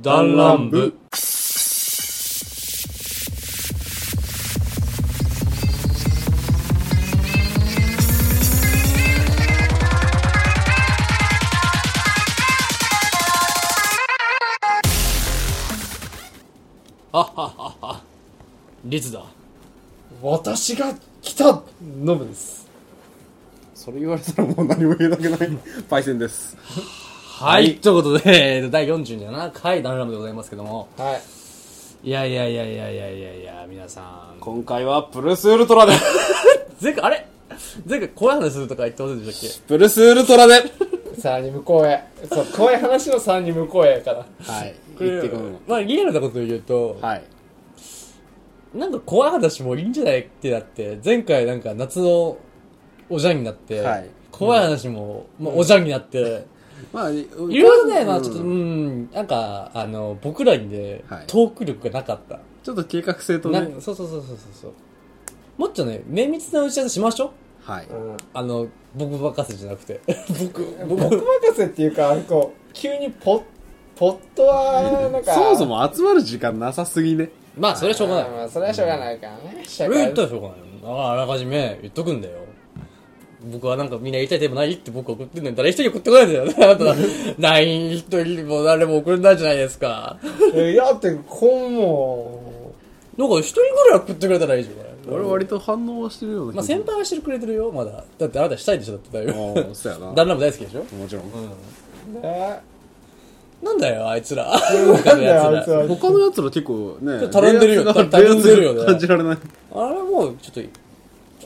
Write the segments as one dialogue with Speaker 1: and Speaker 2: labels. Speaker 1: 弾丸部はっはっはっはリツだ
Speaker 2: 私が来たノブです
Speaker 3: それ言われたらもう何も言えなくないパイセンです
Speaker 1: はい、ということで、え ーと第47回ダンラムでございますけども、
Speaker 2: はい
Speaker 1: いやいやいやいやいやいやいや、皆さん、
Speaker 3: 今回はプルスウルトラで
Speaker 1: 前回、あれ前回こういう話するとか言ってませんでしたっ
Speaker 3: プルスウルトラで
Speaker 2: さあに向こうへそうこういう話のさあに向こうへから
Speaker 3: はい
Speaker 1: け
Speaker 3: 言ってこの
Speaker 1: まあ、リアルなことを言うと、
Speaker 3: はい
Speaker 1: なんか怖い話もいいんじゃないってなって、前回なんか夏のおじゃんになって、
Speaker 3: はい
Speaker 1: 怖い話も、まあ、おじゃんになって、
Speaker 3: まあい
Speaker 1: いろいろね、まあちょっと、うん、なんか、あの、僕らにね、
Speaker 3: はい
Speaker 1: トーク力がなかった。
Speaker 3: ちょっと計画性と
Speaker 1: な
Speaker 3: ね
Speaker 1: そうそうそうそうそうそう。もっとね、綿密な打ち合わせしましょう。
Speaker 3: はい
Speaker 2: うん
Speaker 1: あの、僕任せじゃなくて。 僕、
Speaker 2: 僕任せっていうかこう急にポッポットはなんか
Speaker 3: そもそも集まる時間なさすぎね
Speaker 1: まあ、それはしょうがない。
Speaker 2: まあそれはしょうがないからね社
Speaker 1: それ言
Speaker 2: 会
Speaker 1: ったらしょうがないよ。ああ、あらかじめ言っとくんだよ。僕はなんかみんな言いたいテーマないって僕は送ってんのに誰一人送ってこないんだよね。 あなた、LINE 一人も誰も送れないじゃないですか。
Speaker 2: いやだってこうも
Speaker 1: なんか一人ぐらい送ってくれたらいいじゃん、これ。
Speaker 3: 俺割と反応はしてるような
Speaker 1: まあ先輩はしてくれてるよ、まだ。だってあなたしたいでしょ、だってだいぶ。
Speaker 3: 輩ああそうやな
Speaker 1: 旦那も大好きでしょ
Speaker 3: もちろん
Speaker 2: うね
Speaker 1: なんだよ、あいつら。
Speaker 2: なんだ よあいつは
Speaker 3: 他のやつら結構ね
Speaker 1: たるんでるよ
Speaker 3: 冷圧が
Speaker 1: たるんでるよね
Speaker 3: 冷圧が感じられない
Speaker 1: あれもう、ちょっと、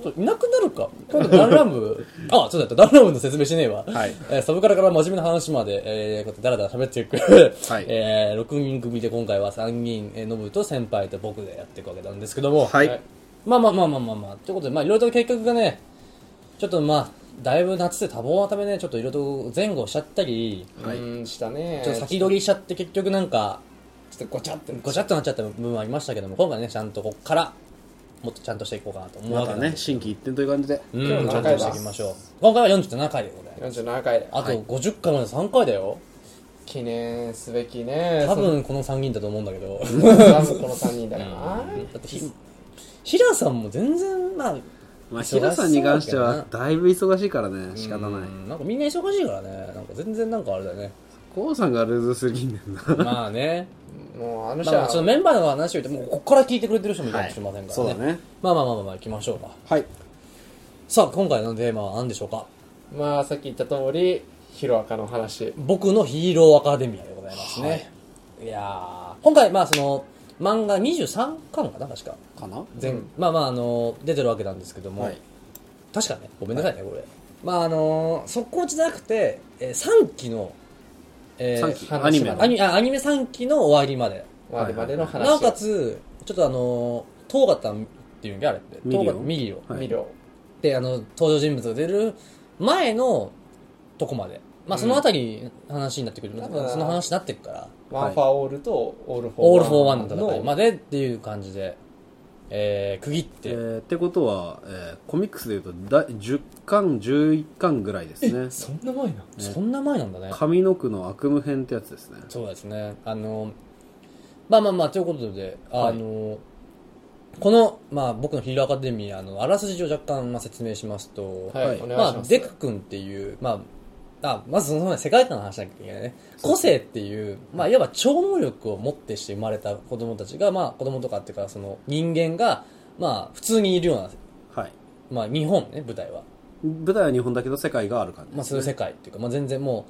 Speaker 1: ちょっといなくなるか。今度、ダンラム、あ、そうだった、ダンラムの説明しねえわ。
Speaker 3: はい
Speaker 1: えーサブカラから真面目な話まで、えー、こうやってだらだら喋っていく。
Speaker 3: は い
Speaker 1: えー、6人組で今回は3人、えー、ノブと先輩と僕でやっていくわけなんですけども。
Speaker 3: はい
Speaker 2: はい
Speaker 1: まあまあまあまあまあまあ、ということで、まあいろいろと計画がね、ちょっとまあ、だいぶ夏で多忙なためね、ちょっといろいろと前後しちゃったり、
Speaker 3: はい
Speaker 2: うんしたね
Speaker 1: ちょっと先取りしちゃって結局なんか、
Speaker 2: ちょっとごちゃって
Speaker 1: ごちゃっとなっちゃった部分はありましたけども、今回ね、ちゃんとこっから、もっとちゃんとしていこうかなと思うわ
Speaker 3: ま
Speaker 1: けな
Speaker 3: た
Speaker 1: んですけど
Speaker 3: ね心機一転という感じで
Speaker 1: うん、ち
Speaker 2: 今
Speaker 1: ょ
Speaker 2: 日
Speaker 1: っ
Speaker 2: の
Speaker 1: と
Speaker 2: 何
Speaker 1: 押
Speaker 2: 回だ
Speaker 1: していきましょう。今回は47回でございます。
Speaker 2: 47回で
Speaker 1: あと50回まで3回だよ。
Speaker 2: 記念すべきね
Speaker 1: 多分この3人だと思うんだけど。
Speaker 2: その多分この3人だからな
Speaker 1: だってひ、ひらさんも全然、まあ、
Speaker 3: ま
Speaker 1: 忙
Speaker 3: あ
Speaker 1: しそうだけ
Speaker 3: 平
Speaker 1: どな
Speaker 3: さんに関してはだいぶ忙しいからね仕方ない
Speaker 1: うんなんかみんな忙しいからね。なんか全然なんかあれだよね。
Speaker 3: コウさんがルーズすぎんねんな
Speaker 1: まあね。
Speaker 2: もうあの
Speaker 1: ま
Speaker 2: 人
Speaker 1: あまあ、
Speaker 2: は
Speaker 1: そのメンバーの話を言って、もうここから聞いてくれてる人もいるかもしれませんからね。
Speaker 3: そうだね
Speaker 1: まあまあまあまあまあ、行きましょうか。
Speaker 3: はい
Speaker 1: さあ、今回のテーマは何でしょうか
Speaker 2: まあさっき言った通りヒロアカの話
Speaker 1: 僕のヒーローアカデミアでございますね。い、やー、今回、まあその、漫画23巻かな確か。
Speaker 3: かな
Speaker 1: 全まあまあ、あの出てるわけなんですけども、
Speaker 3: はい
Speaker 1: 確かねごめんなさいね、これまああの速攻じゃなくて、えー、3期の、え
Speaker 3: 三期
Speaker 2: 話
Speaker 3: アニメ
Speaker 2: が
Speaker 3: の
Speaker 1: アニあアニメ3期の終わりまで
Speaker 2: 終わりまでの話
Speaker 1: なおかつちょっとあの東方っていうんけあれって
Speaker 3: ミリオ
Speaker 1: 東方ミリオ、
Speaker 3: はい
Speaker 2: 見ろ
Speaker 1: であの登場人物が出る前のとこまでまあそのあたり話になってくる、
Speaker 2: 多分
Speaker 1: その話になってくから
Speaker 2: ワンファーオールとオールフォー
Speaker 1: オール・フォー・ワンの戦い
Speaker 2: の
Speaker 1: までっていう感じで、えー、区切って、
Speaker 3: えーってことは、えーコミックスでいうとだ10巻11巻ぐらいですね
Speaker 2: そんな前な
Speaker 1: そんな前なんだね
Speaker 3: 上の句の悪夢編ってやつですね
Speaker 1: そうですね。あの、まあまあまあ、ということで、あの、この、まあ僕のヒーローアカデミー、あの、あらすじを若干まあ説明しますと、
Speaker 2: はい、
Speaker 3: はい
Speaker 2: お願い
Speaker 1: ま
Speaker 2: し
Speaker 1: あ、
Speaker 2: ます
Speaker 1: デク君っていう、まあ、あ、まずその前に世界観の話しなきゃいけないね。個性っていう、まあ、いわば超能力を持ってして生まれた子供たちが、まあ、子供とかっていうか、その人間が、まあ、普通にいるような、
Speaker 3: はい
Speaker 1: まあ、日本ね、舞台は。
Speaker 3: 舞台は日本だけど世界がある感じ
Speaker 1: ま
Speaker 3: で
Speaker 1: あ、
Speaker 3: す、
Speaker 1: そういう世界っていうか、まあ、全然も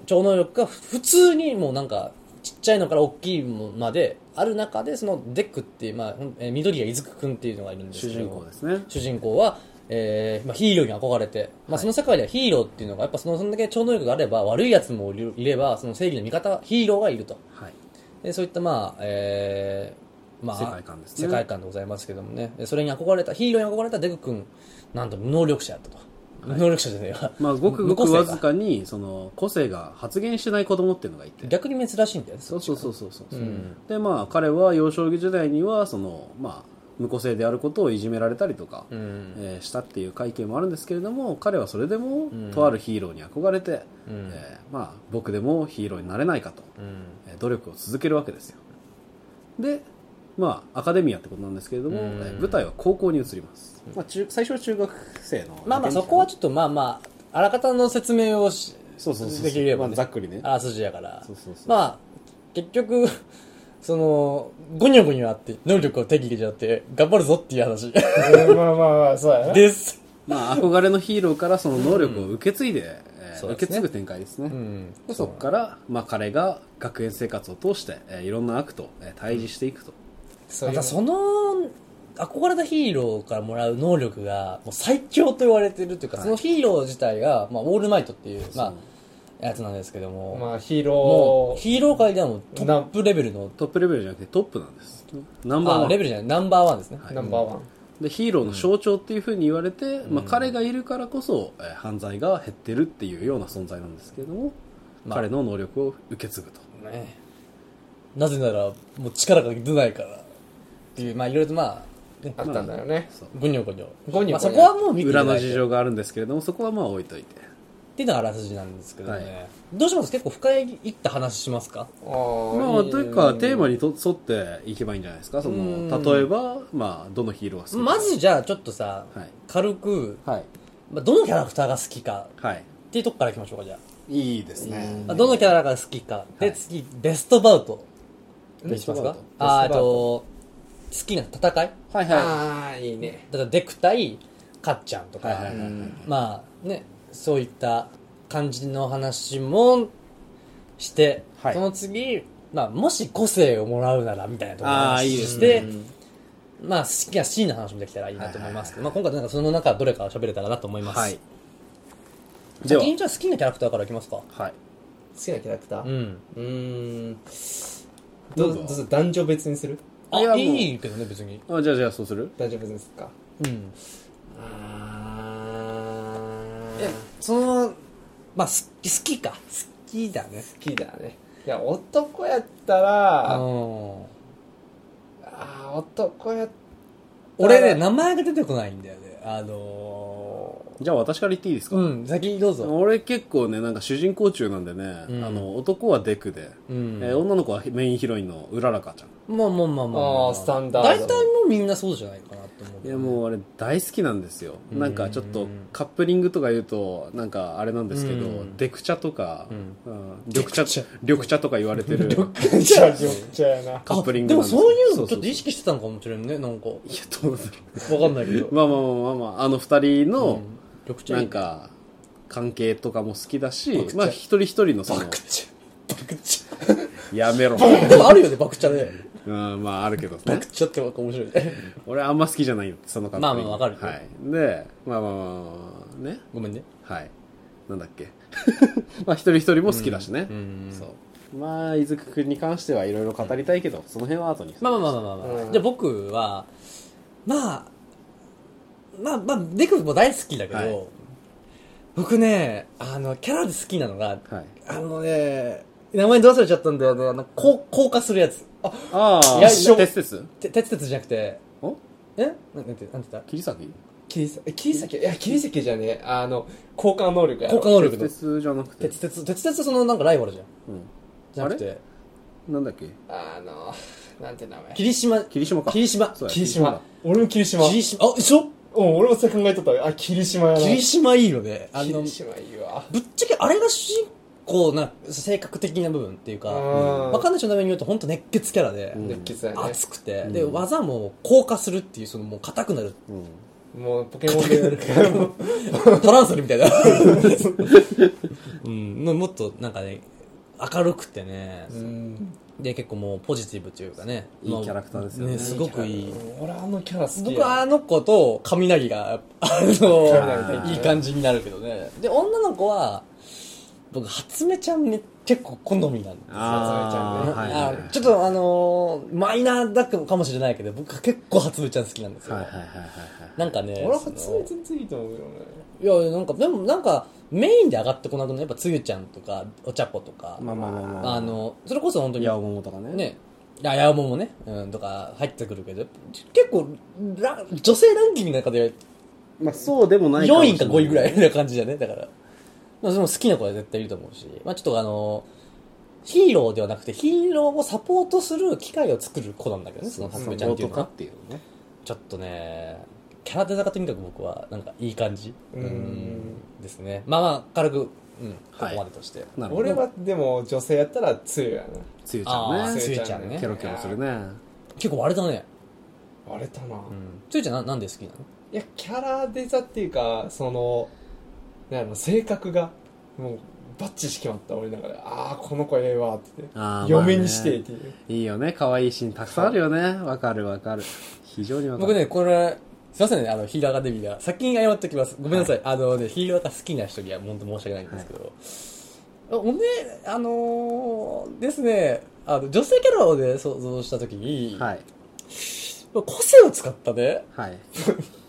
Speaker 1: う超能力が普通にもうなんかちっちゃいのから大きいのまである中でそのデックっていう、まあほんえー、緑谷いずくくんっていうのがいるんです
Speaker 3: 主
Speaker 1: けど
Speaker 3: 人公ですね
Speaker 1: 主人公は、えーまあ、ヒーローに憧れて、まあ、その世界ではヒーローっていうのがやっぱそのそんだけ超能力があれば悪いやつもいるいればその正義の味方ヒーローがいると
Speaker 3: はい
Speaker 1: でそういったまあ、えーまあ、
Speaker 3: 世界観ですね
Speaker 1: 世界観でございますけどもねでそれに憧れたヒーローに憧れたデク君なんと無能力者やったと、無能力者じゃねえ わ
Speaker 3: まあごく
Speaker 1: 無
Speaker 3: ご
Speaker 1: 個
Speaker 3: く
Speaker 1: 性か
Speaker 3: わずかにその個性が発言してない子供っていうのがいて
Speaker 1: 逆に珍しいんだよね
Speaker 3: そうそうそうそうそう、
Speaker 1: うん
Speaker 3: でまあ彼は幼少期時代にはそのまあ無個性であることをいじめられたりとか、
Speaker 1: うん
Speaker 3: えーしたっていう背景もあるんですけれども彼はそれでも、
Speaker 1: うん
Speaker 3: とあるヒーローに憧れて、
Speaker 1: うん
Speaker 3: えーまあ、僕でもヒーローになれないかと、
Speaker 1: うん
Speaker 3: えー努力を続けるわけですよでまあアカデミアってことなんですけれども、
Speaker 1: うん
Speaker 3: えー舞台は高校に移ります、まあ、中最初は中学生の
Speaker 1: まあまあそこはちょっとまあまああらかたの説明をし
Speaker 3: そうそうそう
Speaker 1: できればね
Speaker 3: まあ、ざっくりね
Speaker 1: あらすじやから
Speaker 3: そうそうそう
Speaker 1: まあ結局 そのゴニョゴニョあって能力を手に入れちゃって頑張るぞっていう話
Speaker 2: うんまあまあまあ、そうやな。
Speaker 1: です
Speaker 3: まあ憧れのヒーローからその能力を受け継いで、えー
Speaker 1: そうですね
Speaker 3: 受け継ぐ展開ですね、
Speaker 1: うん
Speaker 3: でそこから、まあ、彼が学園生活を通して、えーいろんな悪と、えー対峙していくと、
Speaker 2: そう
Speaker 1: ま
Speaker 2: いう
Speaker 1: たその憧れたヒーローからもらう能力がもう最強と言われてるというか、
Speaker 3: はい
Speaker 1: そのヒーロー自体が、まあ、オールマイトっていう、
Speaker 3: そ
Speaker 1: ま
Speaker 3: の
Speaker 1: あ、やつなんですけども、
Speaker 2: まあ、ヒ
Speaker 1: も
Speaker 2: ーロ
Speaker 1: う
Speaker 2: ー。
Speaker 1: ヒーロー界ではもうトップレベルの
Speaker 3: トップレベルじゃなくてトップなんですナンバー
Speaker 1: あ
Speaker 3: ワン
Speaker 1: レベルじゃないナンバーワンですね、
Speaker 3: はい
Speaker 2: ナンバーワン。
Speaker 3: でヒーローの象徴っていうふうに言われて、
Speaker 1: ん
Speaker 3: まあ、彼がいるからこそ、えー犯罪が減ってるっていうような存在なんですけれども、
Speaker 1: まあ
Speaker 3: 彼の能力を受け継ぐと
Speaker 1: ねなぜならもう力が出ないからっていうまあいろいろとまあね
Speaker 2: あったんだよね。
Speaker 3: そう
Speaker 1: ゴニョゴニョ
Speaker 2: ゴニョゴニョ
Speaker 1: まあ、そこはもう見ていただ
Speaker 3: 裏
Speaker 1: いて
Speaker 3: の事情があるんですけれどもそこはまあ置いといて
Speaker 1: っていうのがあらすじなんですけどね、
Speaker 3: はい
Speaker 1: どうします結構深いいった話しますか
Speaker 2: あー
Speaker 3: まあというかテーマ
Speaker 2: に。
Speaker 3: にと沿っていけばいいんじゃないですかそ
Speaker 1: うん
Speaker 3: の例えば、まあ、どのヒーローが好きか
Speaker 1: まずじゃあちょっとさ、
Speaker 3: はい
Speaker 1: 軽く、
Speaker 3: はい
Speaker 1: まあ、どのキャラクターが好きか
Speaker 3: はい
Speaker 1: っていうとこからいきましょうかじゃあ、
Speaker 3: いいですね
Speaker 1: まあどのキャラが好きかで
Speaker 3: はい
Speaker 1: 次ベストバウト
Speaker 3: ベストバウト
Speaker 1: どうしますかあーえっ
Speaker 2: ベストバウ
Speaker 1: と好きな戦い
Speaker 3: はいはいは
Speaker 2: ああ、いいね。
Speaker 1: だからデク対カッちゃんとか、
Speaker 3: いはいはい
Speaker 2: うん
Speaker 1: まあねそういった感じの話もして、
Speaker 3: はい
Speaker 1: その次、まあ、もし個性をもらうならみたいなところ
Speaker 3: あ
Speaker 1: を
Speaker 3: あいいです
Speaker 1: し
Speaker 3: ね
Speaker 1: てまあ、好きなシーンの話もできたらいいなと思いますけど、まあ、今回なんかその中どれか喋れたらなと思います、
Speaker 3: はいでは
Speaker 1: 先にじゃあ好きなキャラクターからいきますか
Speaker 3: はい
Speaker 2: 好きなキャラクタ
Speaker 1: う
Speaker 2: ー
Speaker 1: ん
Speaker 2: うーん。どう
Speaker 3: どうぞ
Speaker 2: ぞ、男女別にする
Speaker 1: あ
Speaker 3: いやもう
Speaker 1: いいけどね別に
Speaker 3: あじゃあじゃあそうする
Speaker 2: 男女別にするか。
Speaker 1: うん
Speaker 2: あ
Speaker 1: え
Speaker 2: ー。
Speaker 1: そのまあ好き好きか好きだね
Speaker 2: 好きだね。いや、男やったら、あ
Speaker 1: うん
Speaker 2: あー、男やっ
Speaker 1: 俺ね名前が出てこないんだよねあの
Speaker 3: じゃあ私から言っていいです
Speaker 1: ー、
Speaker 3: か、
Speaker 1: うん先にどうぞ
Speaker 3: 俺結構ねなんか主人公中なんでね、
Speaker 1: うん
Speaker 3: あの男はデクで、
Speaker 1: うん
Speaker 3: えー女の子はメインヒロインのうららかちゃん
Speaker 1: まあまあまあまあ、ま
Speaker 2: あースタンダード
Speaker 1: 大体もうみんなそうじゃないかなと思う
Speaker 3: い
Speaker 1: け
Speaker 3: や
Speaker 1: どね、
Speaker 3: もうあれ大好きなんですよ
Speaker 1: うん
Speaker 3: なんかちょっとカップリングとか言うとなんかあれなんですけど、
Speaker 1: うん
Speaker 3: デクチャとか、
Speaker 1: うん
Speaker 3: うん緑茶緑茶とか言われ てる
Speaker 2: ちゃうよ。ちゃやな。
Speaker 3: カップリン
Speaker 1: あで
Speaker 3: グなん
Speaker 1: も
Speaker 3: す
Speaker 1: そういう
Speaker 3: そ
Speaker 1: の
Speaker 3: う
Speaker 1: ち
Speaker 3: そ
Speaker 1: ょ
Speaker 3: う
Speaker 1: っと意識してたのかもしれんねなんかわ
Speaker 3: いやどうだろ
Speaker 1: かんないけど
Speaker 3: うまあまあまあまあ、まあ、あの二人の
Speaker 1: 緑茶
Speaker 3: なんか関係とかも好きだし
Speaker 1: 爆、茶
Speaker 3: まあ、一人一人のその
Speaker 1: 爆茶爆茶
Speaker 3: や めろ、
Speaker 1: でもあるよね爆茶ね
Speaker 3: うん、まああるけどね
Speaker 1: 爆茶ってなんか面白いね
Speaker 3: 俺あんま好きじゃないよその格好
Speaker 1: まあまあわかるよ
Speaker 3: はいでまあまあまあまあね
Speaker 1: ごめんね
Speaker 3: はいなんだっけ まあ一人一人も好きだしね、
Speaker 1: ん
Speaker 3: そうまあ伊豆くんに関してはいろいろ語りたいけど、その辺は後に
Speaker 1: まあまあまあまあまあ、まあ
Speaker 2: うん
Speaker 1: じゃあ僕はまあまあまあデクも大好きだけど、
Speaker 3: はい
Speaker 1: 僕ねあのキャラで好きなのが
Speaker 3: はい
Speaker 1: あのね名前ど忘れちゃったんだよねあのこう硬化するやつあ
Speaker 3: ああ
Speaker 1: いや
Speaker 3: 鉄鉄
Speaker 1: て鉄鉄じゃなくて
Speaker 3: お
Speaker 1: えななんてなんて言っ
Speaker 3: 切り裂き
Speaker 2: 切り裂け、え切り裂け、いや、切り裂けじゃねえ。あの、交換能力や
Speaker 1: た
Speaker 2: ろ。
Speaker 1: 効果能力の
Speaker 3: 鉄鉄じゃなくて
Speaker 1: 鉄鉄鉄鉄そのなんかライバルじゃん
Speaker 3: う
Speaker 1: じゃなくて
Speaker 3: んなんだっけ
Speaker 2: あの、なんて名前。
Speaker 1: 霧島
Speaker 3: 霧島か
Speaker 1: 霧島
Speaker 3: そうや
Speaker 2: 霧島。俺も霧島。
Speaker 1: 霧島あ一緒
Speaker 2: うん、俺もそれ考えとった。あ、霧島やな。
Speaker 1: 霧島いいよねあの
Speaker 2: 霧島いいわ。
Speaker 1: ぶっちゃけあれが主人公な性格的な部分っていうか、
Speaker 2: うん
Speaker 1: わかんない人のために言うと本当熱血キャラで、
Speaker 3: うん
Speaker 2: 熱血やね。
Speaker 1: 熱くて、
Speaker 3: うん
Speaker 1: で技も硬化するっていうそのもう硬くなる
Speaker 3: うん
Speaker 2: もう、ポケモンでやるから。
Speaker 1: トランソルみたいな、うん、ももっとなんかね明るくてね、
Speaker 2: うん。
Speaker 1: で結構もうポジティブというかね
Speaker 3: いいキャラクターですよね
Speaker 1: まあすごくいい
Speaker 2: うん俺あのキャラ好きや。
Speaker 1: 僕はあの子と雷があの
Speaker 2: 雷
Speaker 1: いい感じになるけどねで女の子は僕初音ちゃんめ結構好みなんですよ
Speaker 3: あー
Speaker 1: あ
Speaker 3: はいはいはい
Speaker 1: ちょっとあのーマイナーだかもしれないけど僕は結構初音ちゃん好きなんですよ、
Speaker 3: はいはいはいはいはい
Speaker 1: なんかね
Speaker 2: 俺は初
Speaker 1: その
Speaker 2: め全然いいと思うよね。
Speaker 1: いやいやなんかでもなんかメインで上がってこなくないやっぱつゆちゃんとかお茶子とか、
Speaker 3: まあまあまあまあ
Speaker 1: あのそれこそ本当
Speaker 3: い
Speaker 1: に
Speaker 3: や桃とかね
Speaker 1: ねあやおももね、うん、とか入ってくるけど、結構、ラ女性ランキングの中で
Speaker 3: まあそうでもない
Speaker 1: 4
Speaker 3: もしれ
Speaker 1: 位
Speaker 3: な
Speaker 1: か5位ぐらいな感じだね、だから。まあ、その好きな子は絶対いると思うし、まあちょっとあの、ヒーローではなくてヒーローをサポートする機会を作る子なんだけどね、その
Speaker 3: サ
Speaker 1: は
Speaker 3: ポ
Speaker 1: すめちゃんってい
Speaker 3: ー
Speaker 1: うの
Speaker 3: トか
Speaker 1: は
Speaker 3: っ。ていうね
Speaker 1: ちょっとね、キャラデザがとにかく僕は、なんかいい感じ。
Speaker 2: うん
Speaker 1: ですね。まあまあ、軽く、うん、こ
Speaker 3: はい
Speaker 1: こまでとして。
Speaker 3: なるほど
Speaker 2: 俺はでも女性やったらつゆやな
Speaker 3: つゆち
Speaker 1: あ
Speaker 3: ゃん
Speaker 1: ー、
Speaker 3: ね
Speaker 1: つゆちゃんね
Speaker 3: ケ。ロケロするね
Speaker 1: 結構割れたね。
Speaker 2: 割れたな、
Speaker 1: うん。つゆちゃんななんで好きなの
Speaker 2: いやキャラデザっていうかそのなんやろ性格がもうバッチし決まった俺の中でああこの子ええわって言って
Speaker 3: あー
Speaker 2: 嫁にしてっ
Speaker 3: ま
Speaker 2: ていう、
Speaker 3: あねいいよね可愛いシーンたくさんあるよねわかるわかる非常にわかる
Speaker 1: 僕ね、これ、すいませんね、あの、ヒーラーアカデミーが。先に謝っときます。ごめんなさい。あのね、ヒーラーが好きな人には本当申し訳ないんですけど。おね、あのー、ですね、あの、女性キャラをね、想像したときに、
Speaker 3: はい
Speaker 1: 個性を使ったね、
Speaker 3: はい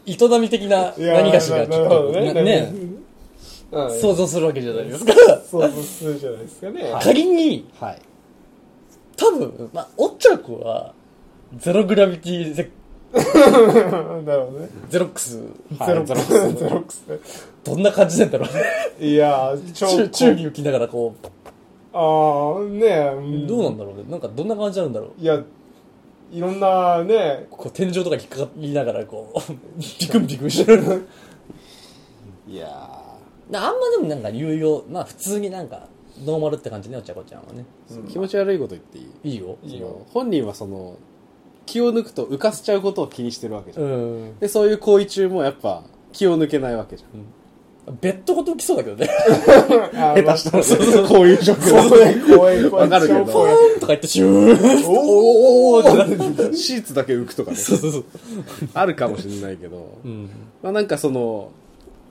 Speaker 1: 営み的ない
Speaker 2: やー
Speaker 1: 何かしら、ちょっと、
Speaker 2: なる
Speaker 1: な
Speaker 2: ほど
Speaker 1: ね、
Speaker 2: うん
Speaker 1: 想像するわけじゃないですか。
Speaker 2: 想像するじゃないですかね、
Speaker 1: 仮に、
Speaker 3: はい
Speaker 1: 多分、まあ、おっちゃん子は、ゼログラビティゼ、
Speaker 2: なるほどね
Speaker 1: ゼロックス、
Speaker 3: はい
Speaker 2: ゼロックスゼロックスね
Speaker 1: どんな感じなんだろうね。
Speaker 2: いやー超
Speaker 1: 宙宙に浮きながらこう、
Speaker 2: ああねえ、うん
Speaker 1: どうなんだろうね。なんかどんな感じなんだろう。
Speaker 2: いやいろんなね
Speaker 1: こう天井とか引っかかりながらこう、ビクンビクン してる。
Speaker 3: いや
Speaker 1: なあんまでもなんか有用、まあ普通になんか、ノーマルって感じね、おちゃこちゃんはね。
Speaker 3: ー気持ち悪いこと言っていい
Speaker 1: いいよ。
Speaker 2: いい
Speaker 3: その
Speaker 2: よ
Speaker 3: 本人はその気を抜くと浮かせちゃうことを気にしてるわけじゃん、
Speaker 1: ん。
Speaker 3: でそういう行為中もやっぱ気を抜けないわけじゃん、
Speaker 1: ベッドごと浮きそうだけどね。
Speaker 2: 下
Speaker 3: 下手したら こういう状況
Speaker 2: 怖い怖い怖い
Speaker 3: わかるけど
Speaker 2: 超
Speaker 1: ポ
Speaker 2: 怖い
Speaker 1: ーンとか言ってシューン
Speaker 3: おおシーツだけ浮くとかね
Speaker 1: そうそうそう。
Speaker 3: あるかもしれないけど、
Speaker 1: うん。
Speaker 3: まあ、なんかその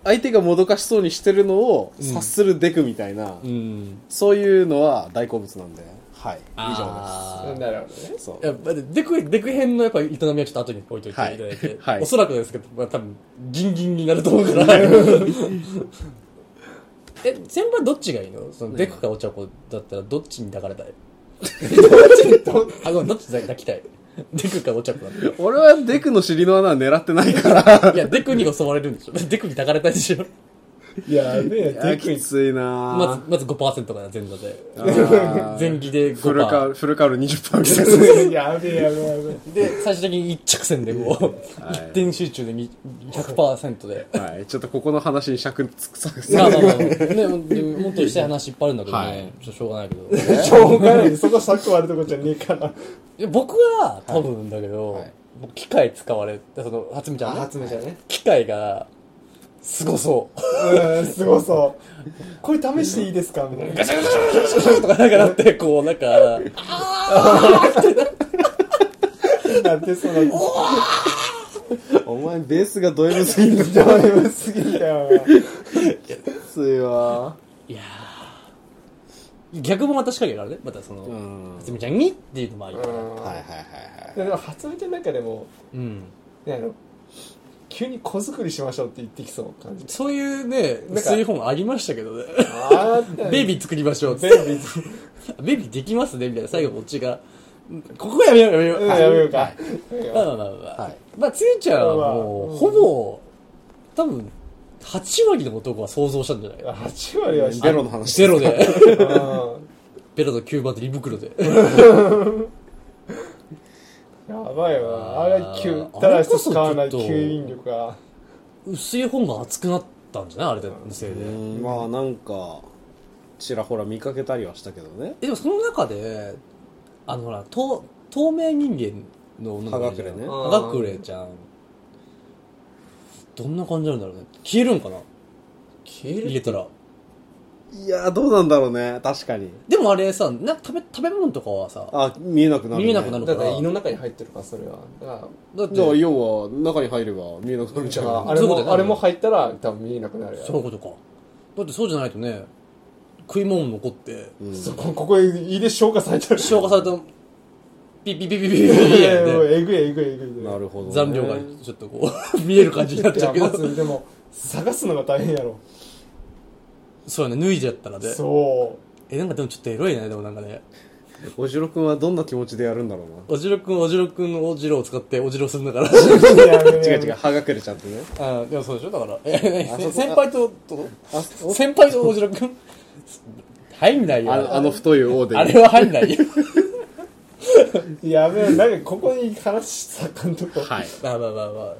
Speaker 3: 相手がもどかしそうにしてるのを察するデクみたいな、
Speaker 1: うん。
Speaker 3: そういうのは大好物なんではい以上
Speaker 1: 上
Speaker 2: なるほどね
Speaker 3: ですそう
Speaker 1: いや、まあでデク、デク編のやっぱ営みはちょっと後に置いといていただいて、
Speaker 3: はいはい
Speaker 1: おそらくですけど、まあ多分、ギンギンになると思う から。え、先輩どっちがいいのそのデクかお茶子だったらどっちに抱かれ たいどっちあ、ごめん、どっちに抱きたいデクかお茶子だっ
Speaker 3: 俺はデクの尻の穴は狙ってないから
Speaker 1: たら。いや、デクに襲われるんでしょデクに抱かれたいでしょ
Speaker 2: いやねえ
Speaker 3: いや
Speaker 2: テク ニ
Speaker 3: き
Speaker 2: ッ
Speaker 3: ついな
Speaker 1: まず、まず5%から全裸で。
Speaker 3: あー
Speaker 1: 前期で
Speaker 3: フルカ
Speaker 1: 5%。
Speaker 3: ウフルカウル20%みたい
Speaker 2: クやべえやべえやべえ
Speaker 1: で、最終的に一直線でこう、
Speaker 3: はい
Speaker 1: 一点集中でに100%で。
Speaker 3: な、 はい、ちょっとここの話に尺つくさ く
Speaker 1: ま
Speaker 3: さ
Speaker 1: あまあまあ、ね、ももっとしたい話いっぱいあるんだけどね、
Speaker 3: はい
Speaker 1: ちょっとしょうがないけど。
Speaker 2: しょうがないそこさっき割るとこじゃねえから
Speaker 1: いや僕は多分だけど、
Speaker 3: はい
Speaker 1: もう機械使われて、その、初見ちゃんね、
Speaker 2: 初めじゃね
Speaker 1: 機械が、すごそう。
Speaker 2: うんすごそうこれ試していいですかみたいな
Speaker 1: とかなんかなって、こう、なんか、
Speaker 2: なってその
Speaker 3: お前ベースがド M すぎる
Speaker 2: 邪魔すぎたよ
Speaker 3: ついわ
Speaker 1: いやー逆も私影があるね。またその、
Speaker 3: うん
Speaker 1: 初見ちゃんにっていうのもあるから。
Speaker 3: はいはい
Speaker 2: な
Speaker 3: はい
Speaker 2: で
Speaker 3: はい
Speaker 2: も初めての中でも
Speaker 1: うん。
Speaker 2: ねあの急に子作りしましょうって言ってきそう感じ
Speaker 1: そういうね、
Speaker 2: か
Speaker 1: 薄い本ありましたけどね。
Speaker 2: あ
Speaker 1: ベイ
Speaker 2: ビ
Speaker 1: ビー作りましょうっ
Speaker 2: ベ
Speaker 1: て
Speaker 2: イ。ビー
Speaker 1: ベイビーできますねみたいな。最後こっちが、ここやめようやめよう。
Speaker 2: うん
Speaker 1: はい
Speaker 2: やめようか
Speaker 1: まあまあまあまあ。
Speaker 3: はい
Speaker 1: まあ、つゆちゃんはもう、
Speaker 2: まあ
Speaker 1: ほぼ、多分、8割の男は想像したんじゃない
Speaker 2: 8割はして
Speaker 3: ベ
Speaker 2: る
Speaker 3: ロの話
Speaker 1: ゼロで。
Speaker 2: うん
Speaker 1: ベロと9番と胃袋で。
Speaker 2: やばいわあ
Speaker 1: あ
Speaker 2: れ
Speaker 1: ー
Speaker 2: 急ただ一つ買わな
Speaker 1: あれ
Speaker 2: い
Speaker 1: こそちょっと
Speaker 2: 吸引力が
Speaker 1: 薄い本が熱くなったんじゃないあれのせいで。
Speaker 3: うんまあなんかちらほら見かけたりはしたけどね
Speaker 1: えでもその中で、あのほら、透透明人間の女の子いるじゃん。
Speaker 3: 葉
Speaker 2: 隠れね
Speaker 1: 葉隠れちゃん。どんな感じなんだろうね。消えるんかな
Speaker 2: 消
Speaker 1: 入れたら。
Speaker 3: いやーどうなんだろうね確かに
Speaker 1: でもあれさ、な食べ、食べ物とかはさ、
Speaker 3: あ見えなくなる、ね、
Speaker 1: 見えなくなる
Speaker 2: だから胃の中に入ってるからそれはだから
Speaker 1: だって、
Speaker 3: じゃ
Speaker 1: そ
Speaker 3: あ
Speaker 1: ういう
Speaker 3: 要は中に入れば見えなくなるんじゃん
Speaker 2: ああ
Speaker 3: あ
Speaker 2: れ
Speaker 1: そういうことだよね
Speaker 2: もあれも入ったら多分見えなくなるやろ
Speaker 1: ことか。だってそうじゃないとね、食い物も残って、
Speaker 2: そこここ胃で消化されてる
Speaker 1: 消化されたピピピピピピピピ
Speaker 2: いやいやもう
Speaker 1: で
Speaker 2: えぐいえぐいえぐい
Speaker 3: なるほど、ね、
Speaker 1: 残量がちょっとこう見える感じになっ
Speaker 2: い
Speaker 1: ちゃ
Speaker 2: や
Speaker 1: うけど
Speaker 2: まずでも探すのが大変やろ
Speaker 1: そうやね脱いじゃったらね
Speaker 2: そ
Speaker 1: えなんかでもちょっとエロいねでもなんかね
Speaker 3: おじろくんはどんな気持ちでやるんだろうな。
Speaker 1: おじろくん、おじろくんのおじろを使っておじろするんだから。
Speaker 3: 違
Speaker 2: 違
Speaker 3: う違う、歯がくれちゃってね。
Speaker 1: あでもそうでしょだから。え、
Speaker 3: あ
Speaker 1: 何
Speaker 3: そこ
Speaker 1: せ先輩と、と
Speaker 3: あ、
Speaker 1: 先輩とおじろくん入んないよ。
Speaker 3: あのあの太い王で。
Speaker 1: あれは入んないよ。
Speaker 2: やべえ、なんかここに話した監督は。
Speaker 3: はい。
Speaker 1: まあまあまあまあ。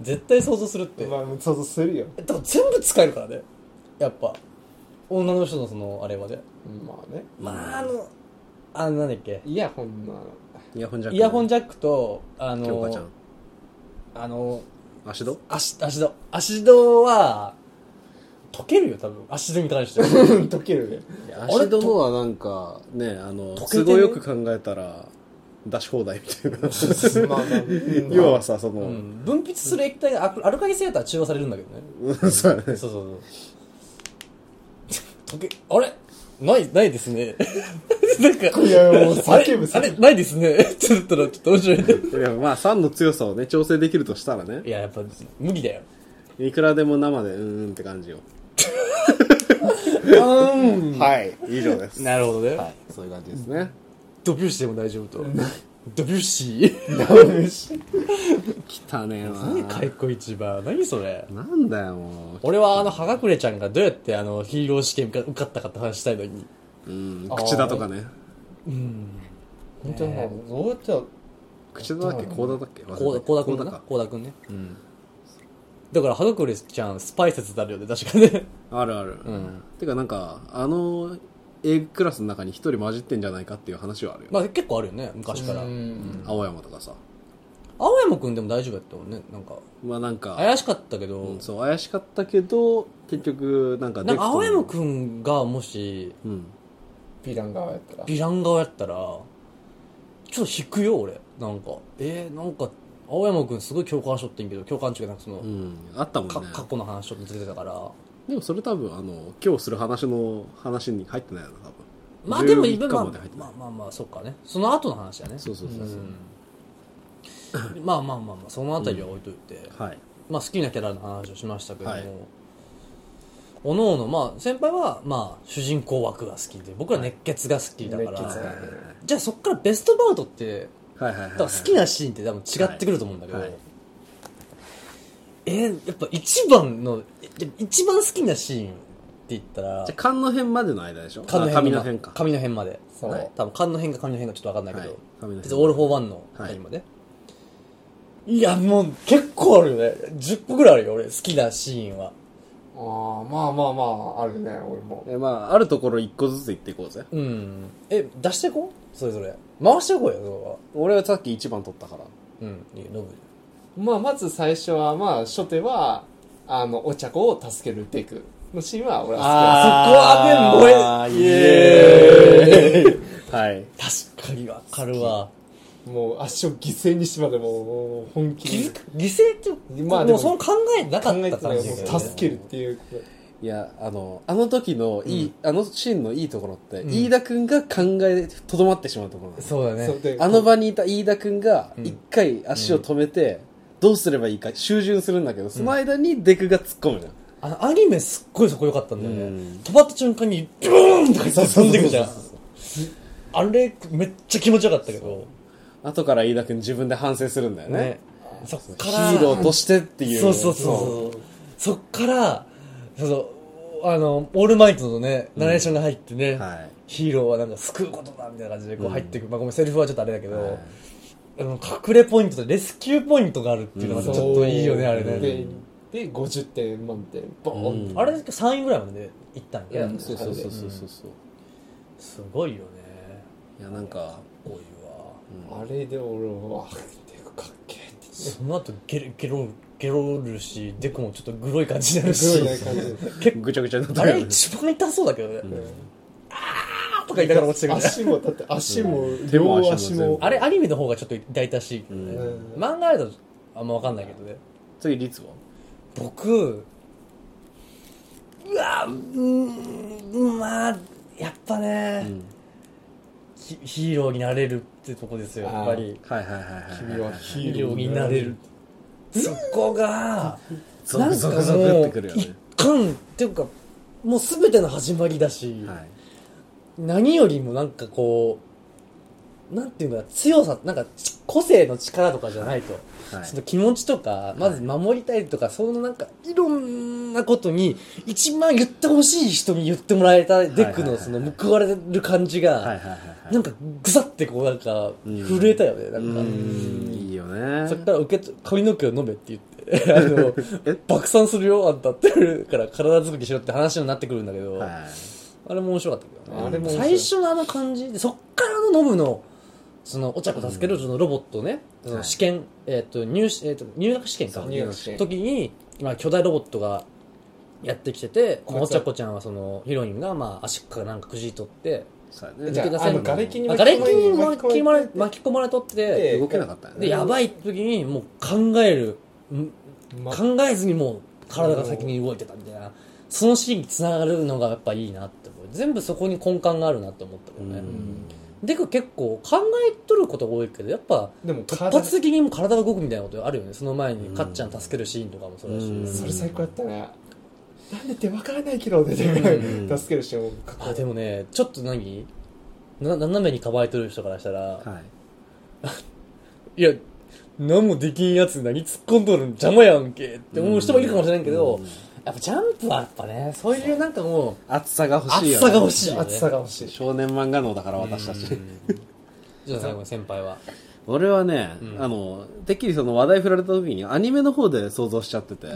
Speaker 1: 絶対想像するって。
Speaker 2: まあ、想像するよ。
Speaker 1: だから全部使えるからね。やっぱ。女の人のその、あれまで。
Speaker 2: まあね。
Speaker 1: まあ、あの、あの、なんだっけ。
Speaker 2: イヤホンなの。
Speaker 3: イヤホンじゃ
Speaker 1: イヤホン
Speaker 3: じ
Speaker 1: ジャックと、あ
Speaker 3: ゃ京香ちゃ
Speaker 1: の
Speaker 3: ん、。
Speaker 1: あの、
Speaker 3: 足ど
Speaker 1: 足、足戸。足戸は、溶けるよ、多分。足戸に関しては。
Speaker 2: 溶けるね。
Speaker 3: 足どのはなんか、ね、あの、
Speaker 1: 溶けて
Speaker 3: 都
Speaker 1: ね
Speaker 3: 合よく考えたら、出し放題みたいな。
Speaker 2: まあまあ、 うん
Speaker 3: 要はさ、そうの、
Speaker 1: ん分泌する液体がアルアルカリ性だったら中和されるんだけどね。
Speaker 3: そうだね。
Speaker 1: そうそうそう。溶け、あれない、ないですね。 なんか、
Speaker 2: いやいやもう
Speaker 1: あれ
Speaker 2: 叫ぶ
Speaker 1: あれないですね。 って言ったらちょっと面白いね。
Speaker 3: いや、まあ、酸の強さをね、調整できるとしたらね
Speaker 1: い、や、やっぱ無理だよ。
Speaker 3: いくらでも生で、うーんって感じよ。
Speaker 1: うん。
Speaker 3: はい。以上です。
Speaker 1: なるほどね。
Speaker 3: はい。そういう感じですね。
Speaker 1: ドビュッシーでも大丈夫と。ドビュッシー。
Speaker 3: 来たねえわ。
Speaker 1: 何かいっこ一番。何それ。
Speaker 3: なんだよ、も
Speaker 1: 俺はあの、はがくれちゃんがどうやってあの、ヒーロー試験受かったかって話したいのに。
Speaker 3: う。うん、口だとかね。
Speaker 2: 本当にね
Speaker 1: ね
Speaker 2: どうやってや
Speaker 3: 口だっけ口だだっけ
Speaker 1: こう、こうだくんだな。
Speaker 3: か。
Speaker 1: こうだくんね。だから、はがくれちゃん、スパイ説だるよね、確かね。
Speaker 3: あるある。
Speaker 1: ん
Speaker 3: てかなんか、あの、A クラスの中に一人混じってんじゃないかっていう話はあるよ。
Speaker 1: まあ結構あるよね、昔から。
Speaker 2: うん。
Speaker 3: 青山とかさ。
Speaker 1: 青山くんでも大丈夫やったもんね、なんか。
Speaker 3: まあなんか、
Speaker 1: 怪しかったけど、
Speaker 3: うんそう、怪しかったけど、結局、なんか
Speaker 1: なん
Speaker 3: デク
Speaker 1: か
Speaker 3: トの
Speaker 1: 青山くんがもし、
Speaker 3: うん。
Speaker 2: ヴィラン側やったら。
Speaker 1: ヴィラン側やったら、ちょっと引くよ、俺。なんか、えー、なんか、青山くんすごい共感しとってんけど、共感中がなんかその、
Speaker 3: うん。あったもん
Speaker 1: か
Speaker 3: ね。
Speaker 1: 過去の話ちょっと出てたから。
Speaker 3: でもそれ多分、あの、今日する話の話に入ってないよな、多分。
Speaker 1: まあでも
Speaker 3: 11
Speaker 1: 今、
Speaker 3: 巻
Speaker 1: まあ
Speaker 3: まで入って
Speaker 1: ま
Speaker 3: ない
Speaker 1: あまあまあ、そっかね。その後の話だね。
Speaker 3: そうそうそうそう。
Speaker 1: うんまあまあまあまあ、そのあたりは置いといて。
Speaker 3: はい。
Speaker 1: まあ、好きなキャラの話をしましたけども、
Speaker 3: はい
Speaker 1: おのおの、まあ、先輩は、まあ、主人公枠が好きで、僕ら熱血が好きだから、
Speaker 2: 熱血だね
Speaker 1: じゃあそっからベストバウトって、
Speaker 3: はいはいはいはい。
Speaker 1: 多分好きなシーンって多分違ってくると思うんだけど、
Speaker 3: はいはい
Speaker 1: えーやっぱ一番の、えでも一番好きなシーンって言ったら
Speaker 3: じゃあ、、勘の辺までの間でしょあ
Speaker 1: 辺
Speaker 3: 紙
Speaker 1: ま
Speaker 3: の辺か。
Speaker 1: 紙の辺まで。
Speaker 2: そう
Speaker 3: はい
Speaker 1: 多分、勘の辺か紙の辺かちょっとわかんないけど、
Speaker 3: はい紙の辺
Speaker 1: 別にオールフォーワンのあたりまで。いや、もう結構あるよね。10個ぐらいあるよ、俺。好きなシーンは。
Speaker 2: ああ、まあまあまあ、あるね、俺も。
Speaker 3: えまあ、あるところ一個ずつ行っていこうぜ。
Speaker 1: うん。え、出してこうそれぞれ。回してこうよ、そ
Speaker 3: 俺はさっき一番取ったから。
Speaker 1: れは。うん。いいよ、ノブ。
Speaker 2: まあ、まず最初は、まあ、初手は、あの、お茶子を助けるデクのシーンは、俺は
Speaker 1: あそこはね
Speaker 3: イ
Speaker 1: 燃
Speaker 3: エーイはい。
Speaker 1: 確かにわかるわ。
Speaker 2: 好きだ。もう、足を犠牲にしてまでも、もう本気
Speaker 1: 気づ
Speaker 2: に。
Speaker 1: く、犠牲って、
Speaker 2: ま
Speaker 1: ま
Speaker 2: あ
Speaker 1: あ
Speaker 2: で
Speaker 1: でも
Speaker 2: も
Speaker 1: その考えな
Speaker 2: 考
Speaker 1: かっ
Speaker 2: え
Speaker 1: た
Speaker 2: てた
Speaker 1: 感
Speaker 2: ら、
Speaker 1: じ
Speaker 2: も
Speaker 1: だよ
Speaker 2: う
Speaker 1: ね
Speaker 2: 助けるっていうこと。
Speaker 3: いや、あの、あの時のいい、あのシーンのいいところって、
Speaker 1: ん
Speaker 3: 飯田くんが考え、とどまってしまうところなの
Speaker 1: そうだね。
Speaker 2: そうで
Speaker 3: あの場にいた飯田くんが、一回足を止めて、どうすればいいか集中するんだけど、その間にデクが突っ込むじゃん。
Speaker 1: あの、アニメすっごいそこ良かったんだよ
Speaker 3: う
Speaker 1: ね
Speaker 3: ん。
Speaker 1: 止まった瞬間に、ブーンとか言って飛んでくじゃん
Speaker 3: そうそう。
Speaker 1: あれ、めっちゃ気持ちよかったけど。
Speaker 3: 後から飯田くん自分で反省するんだよね。
Speaker 1: ね。そっ
Speaker 3: ヒ
Speaker 1: から。
Speaker 3: ーローとしてっていう。
Speaker 1: そうそうそうそうそっからそうそうあのオールマイトのねナレーションが入ってね、
Speaker 3: はい
Speaker 1: ヒーローはなんか救うことだみたいな感じでこ
Speaker 3: う
Speaker 1: うん入っていく、まあごめんセリフはちょっとあれだけど、
Speaker 3: はい
Speaker 1: あの隠れポイントとレスキューポイントがあるっていうのがち
Speaker 2: そ
Speaker 1: ょ
Speaker 2: う
Speaker 1: っといいよねあれ
Speaker 2: で
Speaker 1: ね、、
Speaker 2: で、50点満点、ボーン。
Speaker 3: うん
Speaker 1: あれだけ3位ぐらいまでいったんや、
Speaker 2: うん
Speaker 3: そうそうそうそうそうそう。
Speaker 1: すごいよね
Speaker 3: いや、なんか、
Speaker 1: こういうわ
Speaker 2: あれで俺は、デクかっけえって。
Speaker 1: その後ゲロゲロゲロるしデコもちょっとグロい感じになる
Speaker 2: す
Speaker 1: し
Speaker 2: ごいね感じ
Speaker 1: 結構
Speaker 3: ぐちゃぐちゃになった
Speaker 1: あ
Speaker 3: けど
Speaker 1: れ一番痛そうだけどね、
Speaker 3: ん
Speaker 1: あーとか言いながら落ちてくる
Speaker 2: 足も、だって足も
Speaker 3: ん、手も
Speaker 2: 両
Speaker 3: 足
Speaker 2: 足
Speaker 3: も全部
Speaker 2: も。
Speaker 1: あれ、アニメの方がちょっと痛々しいけどね。
Speaker 2: うん
Speaker 1: 漫画だとあんまわかんないけどね。
Speaker 3: 次、律は
Speaker 1: 僕、うわうーん、まあ、やっぱね、ヒヒーローになれるってとこですよ、
Speaker 2: あー
Speaker 1: やっぱり。
Speaker 3: はいはいはいはい。
Speaker 2: 君はヒ
Speaker 1: ヒ
Speaker 2: ー
Speaker 1: ー
Speaker 2: ロ
Speaker 1: ロ
Speaker 2: ー
Speaker 1: ーになれる。。そこが、
Speaker 3: ゾクゾクゾクってくるよ
Speaker 1: 一
Speaker 3: ね。
Speaker 1: 貫っていうか、もうすべての始まりだし、
Speaker 3: はい。
Speaker 1: 何よりもなんかこう、なんていうか強さなんかち個性の力とかじゃないと、
Speaker 3: はい
Speaker 1: その気持ちとかまず守りたいとか、そのなんかいろんなことに一番言ってほしい人に言ってもらえたデック
Speaker 3: はいはいはい
Speaker 1: のその報われる感じが、
Speaker 3: はいはいはい
Speaker 1: なんかぐさってこうなんか
Speaker 3: うん
Speaker 1: 震えたよね、
Speaker 3: う
Speaker 1: なんか、
Speaker 3: ーんいいよね
Speaker 1: そっから受けと髪の毛を飲めって言ってあ の爆散するよあんたってるから体作りしろって話になってくるんだけど、
Speaker 3: はい
Speaker 1: あれも面白かったけどね
Speaker 2: あれも面白い
Speaker 1: 最初のあの感じでそっからのノブのそのお茶子助けるそのロボットをね、その試験、えっと入試えっと入学試験か
Speaker 3: そう
Speaker 2: 入学して
Speaker 1: 時に、まあ、巨大ロボットがやってきてて
Speaker 2: こいつは
Speaker 1: お茶子ちゃんはそのヒロインが、まあ、足かなんかくじ取って
Speaker 3: そうや
Speaker 2: じゃ
Speaker 3: ね
Speaker 2: ああの瓦礫に
Speaker 1: あ
Speaker 2: 巻き
Speaker 1: 瓦礫に
Speaker 2: 込まれ
Speaker 1: 巻き込まれ巻き込まれとって
Speaker 2: で
Speaker 3: 動けなかったよ
Speaker 1: で
Speaker 3: ね
Speaker 1: やばい時にもう考えるん
Speaker 2: ま
Speaker 1: 考えずにもう体が先に動いてたみたいなそのシーンにつながるのがやっぱいいなって思う全部そこに根幹があるなって思ったけどね、
Speaker 3: うん
Speaker 1: で結構考えとることが多いけどやっぱ
Speaker 2: でも
Speaker 1: 突発的にもう体が動くみたいなことあるよねその前にかっちゃん助けるシーンとかもそうだし、
Speaker 3: うん
Speaker 2: それ最高やったねなんでって分からないけど出て
Speaker 3: うん
Speaker 2: 助ける人もかっこいい
Speaker 1: あでもねちょっと何な斜めに構えとる人からしたら、
Speaker 3: はい
Speaker 1: い、や何もできんやつ何突っ込んどるん邪魔やんけって思う人もいるかもしれんけど、
Speaker 3: うん
Speaker 1: やっぱジャンプはやっぱねそういうなんかもう
Speaker 3: 暑さが欲しい
Speaker 1: 暑
Speaker 3: よ
Speaker 1: さが欲しいよね
Speaker 2: 暑さが欲しい
Speaker 3: 少年漫画脳だから私たち
Speaker 1: じゃあ最後に先輩は
Speaker 3: 俺はね、
Speaker 1: うん
Speaker 3: あのてっきりその話題振られた時にアニメの方で想像しちゃってて、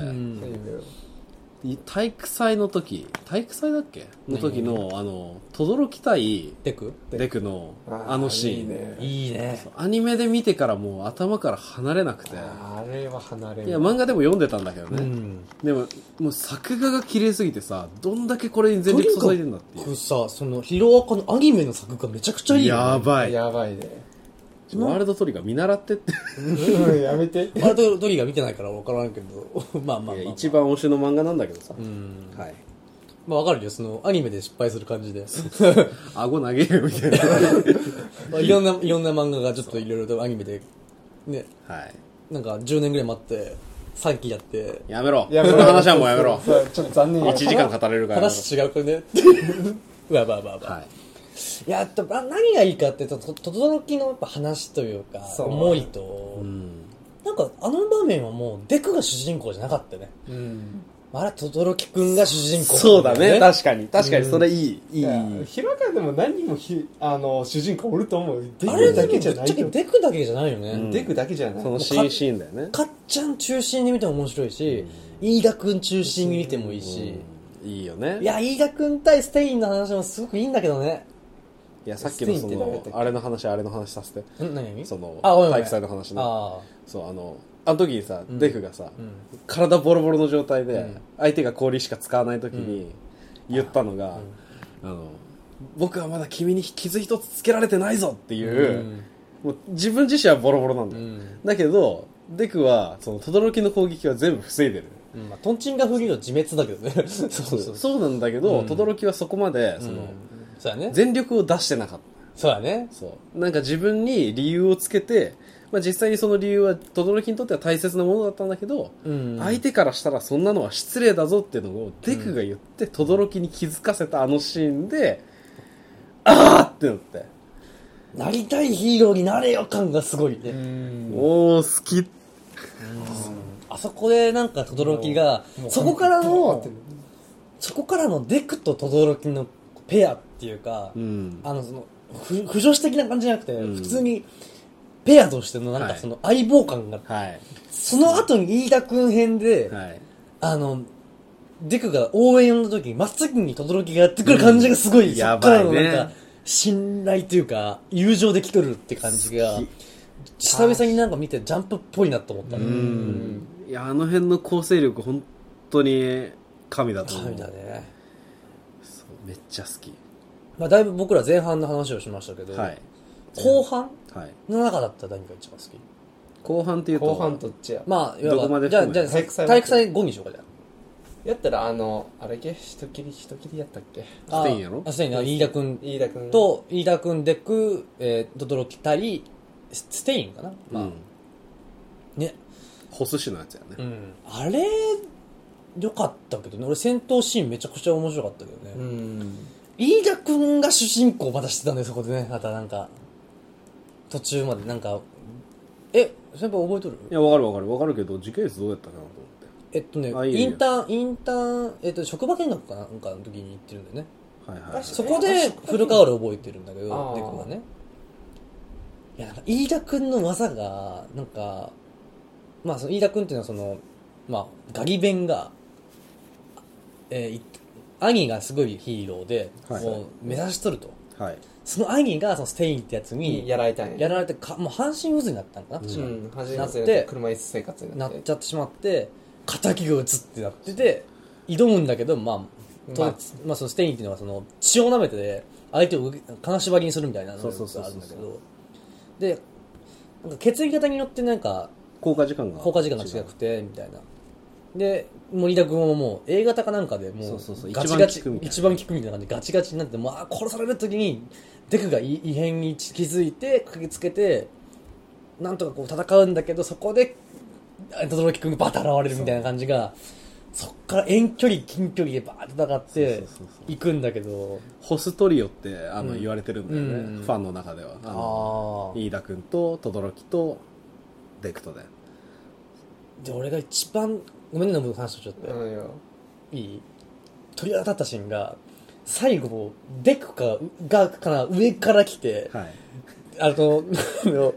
Speaker 3: い体育祭の時体育祭だっけの時の、あの轟対
Speaker 1: テク
Speaker 3: デクの
Speaker 2: ー
Speaker 3: あのシーン
Speaker 2: いいね
Speaker 1: いいね
Speaker 3: アニメで見てからもう頭から離れなくて
Speaker 2: あれは離れる
Speaker 3: いや漫画でも読んでたんだけど
Speaker 1: う
Speaker 3: ね、
Speaker 1: ん
Speaker 3: でももう作画が綺麗すぎてさどんだけこれに全力注いでんだっていう
Speaker 1: 僕さそのヒロアカのアニメの作画めちゃくちゃいいよ
Speaker 3: やばい
Speaker 2: やばいね
Speaker 3: ワールドトリガー見習ってって
Speaker 2: うんやめて
Speaker 1: あれとドリが見てないから分からんけど まあまあまあ、
Speaker 3: い
Speaker 1: ま
Speaker 3: や
Speaker 1: あ、
Speaker 3: 一番推しの漫画なんだけどさ、
Speaker 1: うん
Speaker 3: はい
Speaker 1: まあ分かるよそのアニメで失敗する感じ で
Speaker 3: 顎投げるみたいな
Speaker 1: まあいろんないろんな漫画がちょっといろいろとアニメでね
Speaker 3: はい
Speaker 1: なんか10年ぐらい待って3期やって
Speaker 3: やめろ
Speaker 2: やめ
Speaker 3: こ
Speaker 2: ろ
Speaker 3: の話はもうやめろ
Speaker 2: そうちょっと残念や
Speaker 3: 1時間語れるからやめろ
Speaker 1: 話違うからね うわばあばあば
Speaker 3: はい
Speaker 1: いやっとあ何がいいかってとととどろきのやっぱ話というか
Speaker 2: そう
Speaker 1: 思いと
Speaker 3: うん
Speaker 1: なんかあの場面はもうデクが主人公じゃなかったよね
Speaker 2: うん
Speaker 1: あれとどろきくんが主人公
Speaker 3: そうだね
Speaker 1: だ
Speaker 3: 確かに確かにそれいい、い
Speaker 2: い
Speaker 3: い
Speaker 2: やヒロアカでも何人もひあの主人公おると思うデ
Speaker 1: あれ
Speaker 2: ク
Speaker 1: だ
Speaker 2: だ
Speaker 1: け
Speaker 2: け
Speaker 1: じ
Speaker 2: じ
Speaker 1: ゃ
Speaker 2: ゃ
Speaker 1: な
Speaker 2: ないい
Speaker 1: ぶっちゃけデクだけじゃないよね、
Speaker 3: うん
Speaker 2: デクだけじゃない
Speaker 3: その
Speaker 1: もう
Speaker 3: C
Speaker 1: か
Speaker 3: シーンだよね
Speaker 1: かっちゃん中心に見ても面白いし、飯田くん中心に見てもいいし、
Speaker 3: いいよね
Speaker 1: いや飯田くん対ステインの話もすごくいいんだけどね
Speaker 3: いやさっきのそ
Speaker 1: ステインって誰だ
Speaker 3: の
Speaker 1: ったっけ
Speaker 3: あれの話あれの話させて
Speaker 1: ん何
Speaker 3: その
Speaker 1: あごめんごめん
Speaker 3: 体育祭の話ね
Speaker 1: あ
Speaker 3: そうあのあの時にさ、
Speaker 1: うん
Speaker 3: デフがさ、
Speaker 1: あうん
Speaker 3: 体ボロボロの状態で、
Speaker 1: うん
Speaker 3: 相手が氷しか使わない時に言ったのが、あの僕はまだ君に傷一つつけられてないぞっていう、もう自分自身はボロボロなんだ
Speaker 1: う
Speaker 3: よ、
Speaker 1: ん
Speaker 3: だけどデクはその轟の攻撃は全部防いでる
Speaker 1: うんまあ、トンチンが不義の自滅だけどねそうそう
Speaker 3: そうなんだけど、轟はそこまでその、
Speaker 1: そうやね
Speaker 3: 全力を出してなかった
Speaker 1: そうやね
Speaker 3: そうなんか自分に理由をつけて、まあ、実際にその理由は轟にとっては大切なものだったんだけど、
Speaker 1: うん
Speaker 3: 相手からしたらそんなのは失礼だぞっていうのをデクが言って轟に気づかせたあのシーンで、あーってなって、
Speaker 1: なりたいヒーローになれよ感がすごいね、
Speaker 2: うん
Speaker 3: おお好き
Speaker 1: あそこでなんか轟が
Speaker 2: もう
Speaker 1: そこから
Speaker 2: も
Speaker 1: のそこからのデクと轟のペアっていうか、
Speaker 3: うん
Speaker 1: あのそのふ不女子的な感じじゃなくて、
Speaker 3: うん
Speaker 1: 普通にペアとしてのなんか
Speaker 3: はい
Speaker 1: その相棒感が、
Speaker 3: はい
Speaker 1: その後に飯田君編で、
Speaker 3: はい
Speaker 1: あのデクが応援の時に真っ先に轟がやってくる感じがすごい、
Speaker 3: うん
Speaker 1: そっからの
Speaker 3: やばい
Speaker 1: な
Speaker 3: ね
Speaker 1: んか信頼というか友情できとるって感じが
Speaker 3: 好き
Speaker 1: 久々になんか見てジャンプっぽいなと思ったね、
Speaker 3: うん、いやあの辺の構成力本当に神だと思う
Speaker 1: 神だね、
Speaker 3: そうめっちゃ好き
Speaker 1: まあ、だいぶ僕ら前半の話をしましたけど、
Speaker 3: はい、
Speaker 1: 後半
Speaker 3: はい、
Speaker 1: の中だったら何が一番好き
Speaker 3: 後半っていうと
Speaker 2: 後半どっちや
Speaker 1: まあいわば
Speaker 3: どこまで
Speaker 1: じゃあ
Speaker 3: 含
Speaker 1: じゃあ
Speaker 3: む
Speaker 2: 体育祭
Speaker 1: 体育祭5にしようかじゃ
Speaker 2: やったらあのあれけ人切り人切りやったっけ
Speaker 1: あ
Speaker 3: ステインやろ
Speaker 1: あステインあ飯田君
Speaker 2: 飯田君
Speaker 1: と飯田君デク、えー、ドドロキタリスステインかな、
Speaker 3: う
Speaker 1: まあ
Speaker 3: ん、
Speaker 1: ね
Speaker 3: ホス氏のやつやね、
Speaker 1: うんあれよかったけどね俺戦闘シーンめちゃくちゃ面白かったけどね、
Speaker 2: うん
Speaker 1: 飯田君が主人公またしてたねそこでねまたなんか途中までなんかえ先輩覚えとる
Speaker 3: いや、わかるわかるわかるけど、時系列どうやったかなと思って。
Speaker 1: えっとね
Speaker 3: あいいよ
Speaker 1: インターンインターン、えっと、職場見学かなんかの時に行ってるんだよね
Speaker 3: はいはい、
Speaker 2: あ
Speaker 1: そこで古川る覚えてるんだけど
Speaker 2: あー
Speaker 1: デクがねいやなんか飯田君の技がなんかまあその飯田君っていうのはそのまあガリ弁が、えーい兄がすごいヒーローで、
Speaker 3: はい
Speaker 1: もう目指しとると
Speaker 3: はい。
Speaker 1: その兄がそのステインってやつに
Speaker 2: やられたんや
Speaker 1: やられてかもう半身不随になったんかな、
Speaker 3: うん
Speaker 2: うん初め
Speaker 1: なって
Speaker 2: て車椅子生活にな
Speaker 1: な
Speaker 2: っ
Speaker 1: ってちゃってしまって敵が打つってなってて挑むんだけどまあと
Speaker 2: まあ
Speaker 1: まあ、そのステインっていうのはその血を舐めて相手をう金縛りにするみたいなの
Speaker 3: そうそうそう
Speaker 1: があ
Speaker 3: そう
Speaker 1: るんだけどでなんか血液型によってなんか
Speaker 3: 効果時間が。
Speaker 1: 効果時間が違くてみたいなで森田君ももう A 型かなんかでも
Speaker 3: そうそうそう
Speaker 1: ガチガチ
Speaker 3: 一番効くみたいな
Speaker 1: 一番効くみたいな感じでガチガチになってまあ殺される時にデクが異異変に気づいて駆けつけてなんとかこう戦うんだけどそこで轟君がバッと現れるみたいな感じがそっから遠距離近距離でバーッと戦っ
Speaker 3: そ
Speaker 1: て
Speaker 3: うそうそうそう
Speaker 1: 行くんだけど
Speaker 3: ホストリオってあの、
Speaker 1: うん
Speaker 3: 言われてるんだよね、
Speaker 1: うん
Speaker 3: ファンの中では。あの
Speaker 1: あー
Speaker 3: 飯田君と、轟と、デクトで。
Speaker 1: で俺が一番ごめんねノブの話をちょっと、
Speaker 2: うんよ
Speaker 1: いい鳥肌立ったシーンが最後デクかがかな上から来て、
Speaker 3: はい。
Speaker 1: あのあの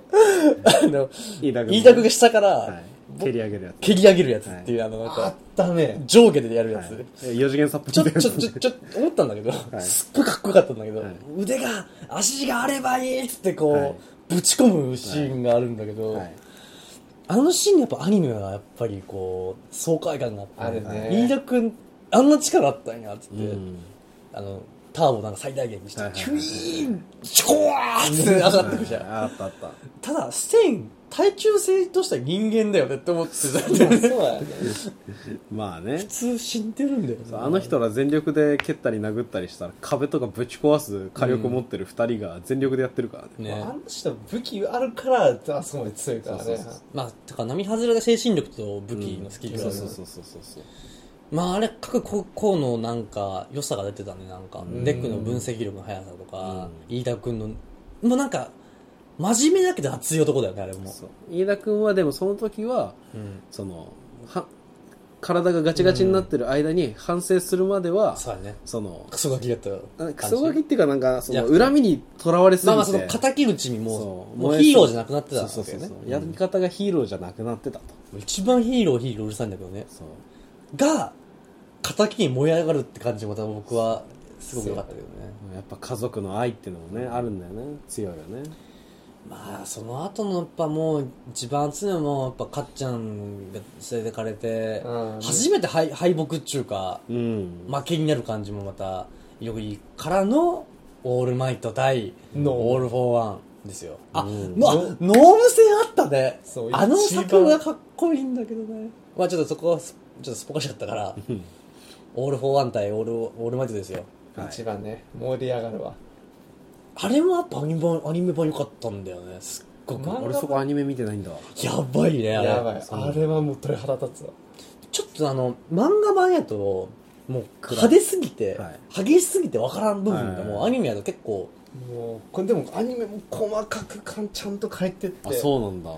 Speaker 1: あの
Speaker 3: 飯田君も。
Speaker 1: 飯田君が下から、
Speaker 3: はい。蹴り上げるやつ。
Speaker 1: 蹴り上げるやつっていう、あのなん
Speaker 2: あっ
Speaker 1: か
Speaker 2: たね
Speaker 1: 上下でやるやつ、
Speaker 3: はい、4次元サップ
Speaker 1: ちょ
Speaker 3: みたいな
Speaker 1: ちょちょちょ思ったんだけど、
Speaker 3: い
Speaker 1: すっごいかっこよかったんだけど、
Speaker 3: はい
Speaker 1: 腕が足があればいいっつってこう、
Speaker 3: はい
Speaker 1: ぶち込むシーンがあるんだけど、
Speaker 3: はい。
Speaker 1: あのシーンやっぱアニメはやっぱりこう爽快感があって、
Speaker 2: あるね
Speaker 1: 飯田君あんな力あったんやっつって、
Speaker 3: うん。
Speaker 1: あの、ターボなんか最大限にして
Speaker 3: はい、はいは
Speaker 1: キ
Speaker 3: い
Speaker 1: ュイーン、シュコワーって上がってくじゃん。
Speaker 3: あったあった。
Speaker 1: ただ、ステイン、耐久性としては人間だよねって思って たん
Speaker 2: そう
Speaker 1: だよ ね。
Speaker 2: やね
Speaker 3: まあね
Speaker 1: 普。通死んでるんだよね。
Speaker 3: あの人ら全力で蹴ったり殴ったりしたら壁とかぶち壊す火力を持ってる二人が全力でやってるからね。
Speaker 1: ね
Speaker 2: まああの人武器あるからあそこまで強いから
Speaker 3: そう
Speaker 2: ね
Speaker 3: そうそう
Speaker 1: まあ、てか、並外れが精神力と武器のスキルがあ
Speaker 3: そう
Speaker 1: る
Speaker 3: そうそうそうそうそう
Speaker 1: まあ、あれ、各高校のなんか、良さが出てたね、なんか。
Speaker 2: ん
Speaker 1: デックの分析力の速さとか、飯田君の、もうなんか、真面目だけど熱い男だよね、あれも。
Speaker 3: そう飯田君はでもその時は
Speaker 1: うん。
Speaker 3: そのは体がガチガチになってる間に反省するまでは、
Speaker 1: そうだね。
Speaker 3: その
Speaker 1: クソガキだったよ。
Speaker 3: あクソガキっていうかなんかそ
Speaker 1: いや
Speaker 3: の恨みにとらわれすぎて、
Speaker 1: まあまあ、その、敵討ちにも、
Speaker 3: そう
Speaker 1: もう
Speaker 3: 燃えそう
Speaker 1: ヒーローじゃなくなってたわけ
Speaker 3: そう
Speaker 1: よ
Speaker 3: そうそう
Speaker 1: ね
Speaker 3: そう。やり方がヒーローじゃなくなってたと
Speaker 1: 一番ヒーローヒーローうるさいんだけどね
Speaker 3: そう
Speaker 1: が敵に燃え上がるって感じもまた僕はすごく良かったけどね
Speaker 3: やっぱ家族の愛っていうのもねあるんだよね強いよね
Speaker 1: まあその後のやっぱもう一番熱いのはもうやっぱかっちゃんが連れてかれて、
Speaker 2: うん
Speaker 1: 初めて敗敗北っちゅうか
Speaker 3: うん
Speaker 1: 負けになる感じもまた良いからのオールマイト対
Speaker 2: ノー
Speaker 1: オール・フォー・ワンですよ、あ
Speaker 3: うん
Speaker 1: のあノーム戦あったね
Speaker 2: そう
Speaker 1: あの
Speaker 2: 一番
Speaker 1: 作がかっこいいんだけどねまあちょっとそこはすちょっとすっぽかしちゃったからオール・フォー・ワン対オール・オールマイトですよ
Speaker 3: はい
Speaker 2: 一番ね盛り上がるわ
Speaker 1: あれもやっぱアニメ版アニメ版良かったんだよねすっごく
Speaker 2: 漫画
Speaker 3: 俺そこアニメ見てないんだわ
Speaker 1: やばいねあれ
Speaker 2: やばい
Speaker 1: その
Speaker 2: あれはもう鳥肌立つわ
Speaker 1: ちょっとあの漫画版やともう派手すぎて、
Speaker 3: はい
Speaker 1: 激しすぎて分からん部
Speaker 3: は
Speaker 1: 分
Speaker 3: いは
Speaker 1: が
Speaker 3: いはい
Speaker 1: もうアニメやと結構
Speaker 2: もうこれでもアニメも細かくかんちゃんと書いてって
Speaker 3: あそうなんだ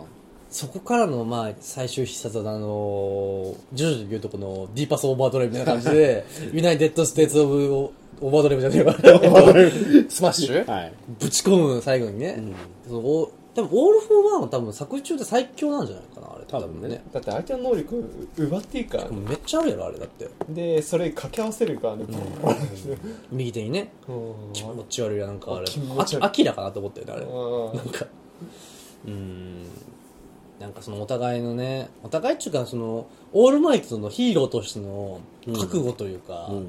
Speaker 1: そこからの、まあ、最終必殺は、あのー、ジョジョでいうとこの、ディーパスオーバードライブみたいな感じで、ユナイテッド・ステーツ・オブ・オーバードライブじゃねえわ。 スマッシュ
Speaker 3: はい
Speaker 1: ぶち込む最後にね。そうお多分、オール・フォー・ワンは多分、作中で最強なんじゃないかな、あれ。
Speaker 3: 多分ね
Speaker 2: だって相手の能力を奪っていいから
Speaker 1: 多分ね。めっちゃあるやろ、あれだって。
Speaker 2: でそれ掛け合わせるからね
Speaker 1: 右手にね、
Speaker 2: うん
Speaker 1: 気持ち悪いな、なんかあれ
Speaker 2: 気持ち悪。い
Speaker 1: あアキラかなと思ったよね、あれ。
Speaker 2: うん
Speaker 1: なんか、うーん、なんかそのお互いのね、お互いっていうか、その、オールマイトのヒーローとしての覚悟というか、
Speaker 3: うん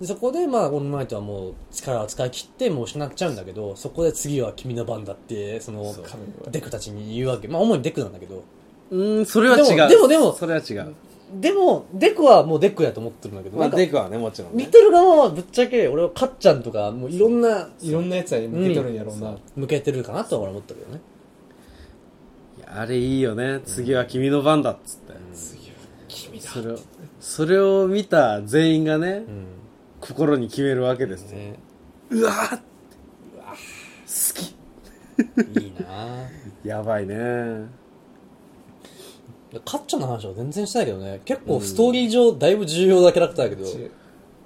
Speaker 1: でそこでまあ、オールマイトはもう力を使い切って、もう失っちゃうんだけど、そこで次は君の番だって、その
Speaker 3: そう、
Speaker 2: 神声
Speaker 1: デクたちに言うわけ。まあ、主にデクなんだけど。
Speaker 3: うんそれは違う
Speaker 1: でもでも
Speaker 3: それは違う
Speaker 1: でも、デクはもうデクやと思ってるんだけど、
Speaker 3: ま
Speaker 1: な
Speaker 3: あ
Speaker 1: んか
Speaker 3: デクはねもちろん
Speaker 1: 見
Speaker 3: ね
Speaker 1: てる側はぶっちゃけ、俺はカッちゃんとか、もういろんない
Speaker 2: ろんなやつらに向けとるんやろうな、
Speaker 1: 向けてるかなとは俺は思ったけどね。
Speaker 3: いやあれいいよね次は君の番だっつって
Speaker 2: 次は君だ
Speaker 3: それをそれを見た全員がね
Speaker 1: うん。
Speaker 3: 心に決めるわけですよ
Speaker 1: ね
Speaker 3: うわー好き
Speaker 1: いいな
Speaker 3: やばいね
Speaker 1: カッチャの話は全然したいけどね結構ストーリー上だいぶ重要なキャラクターだけど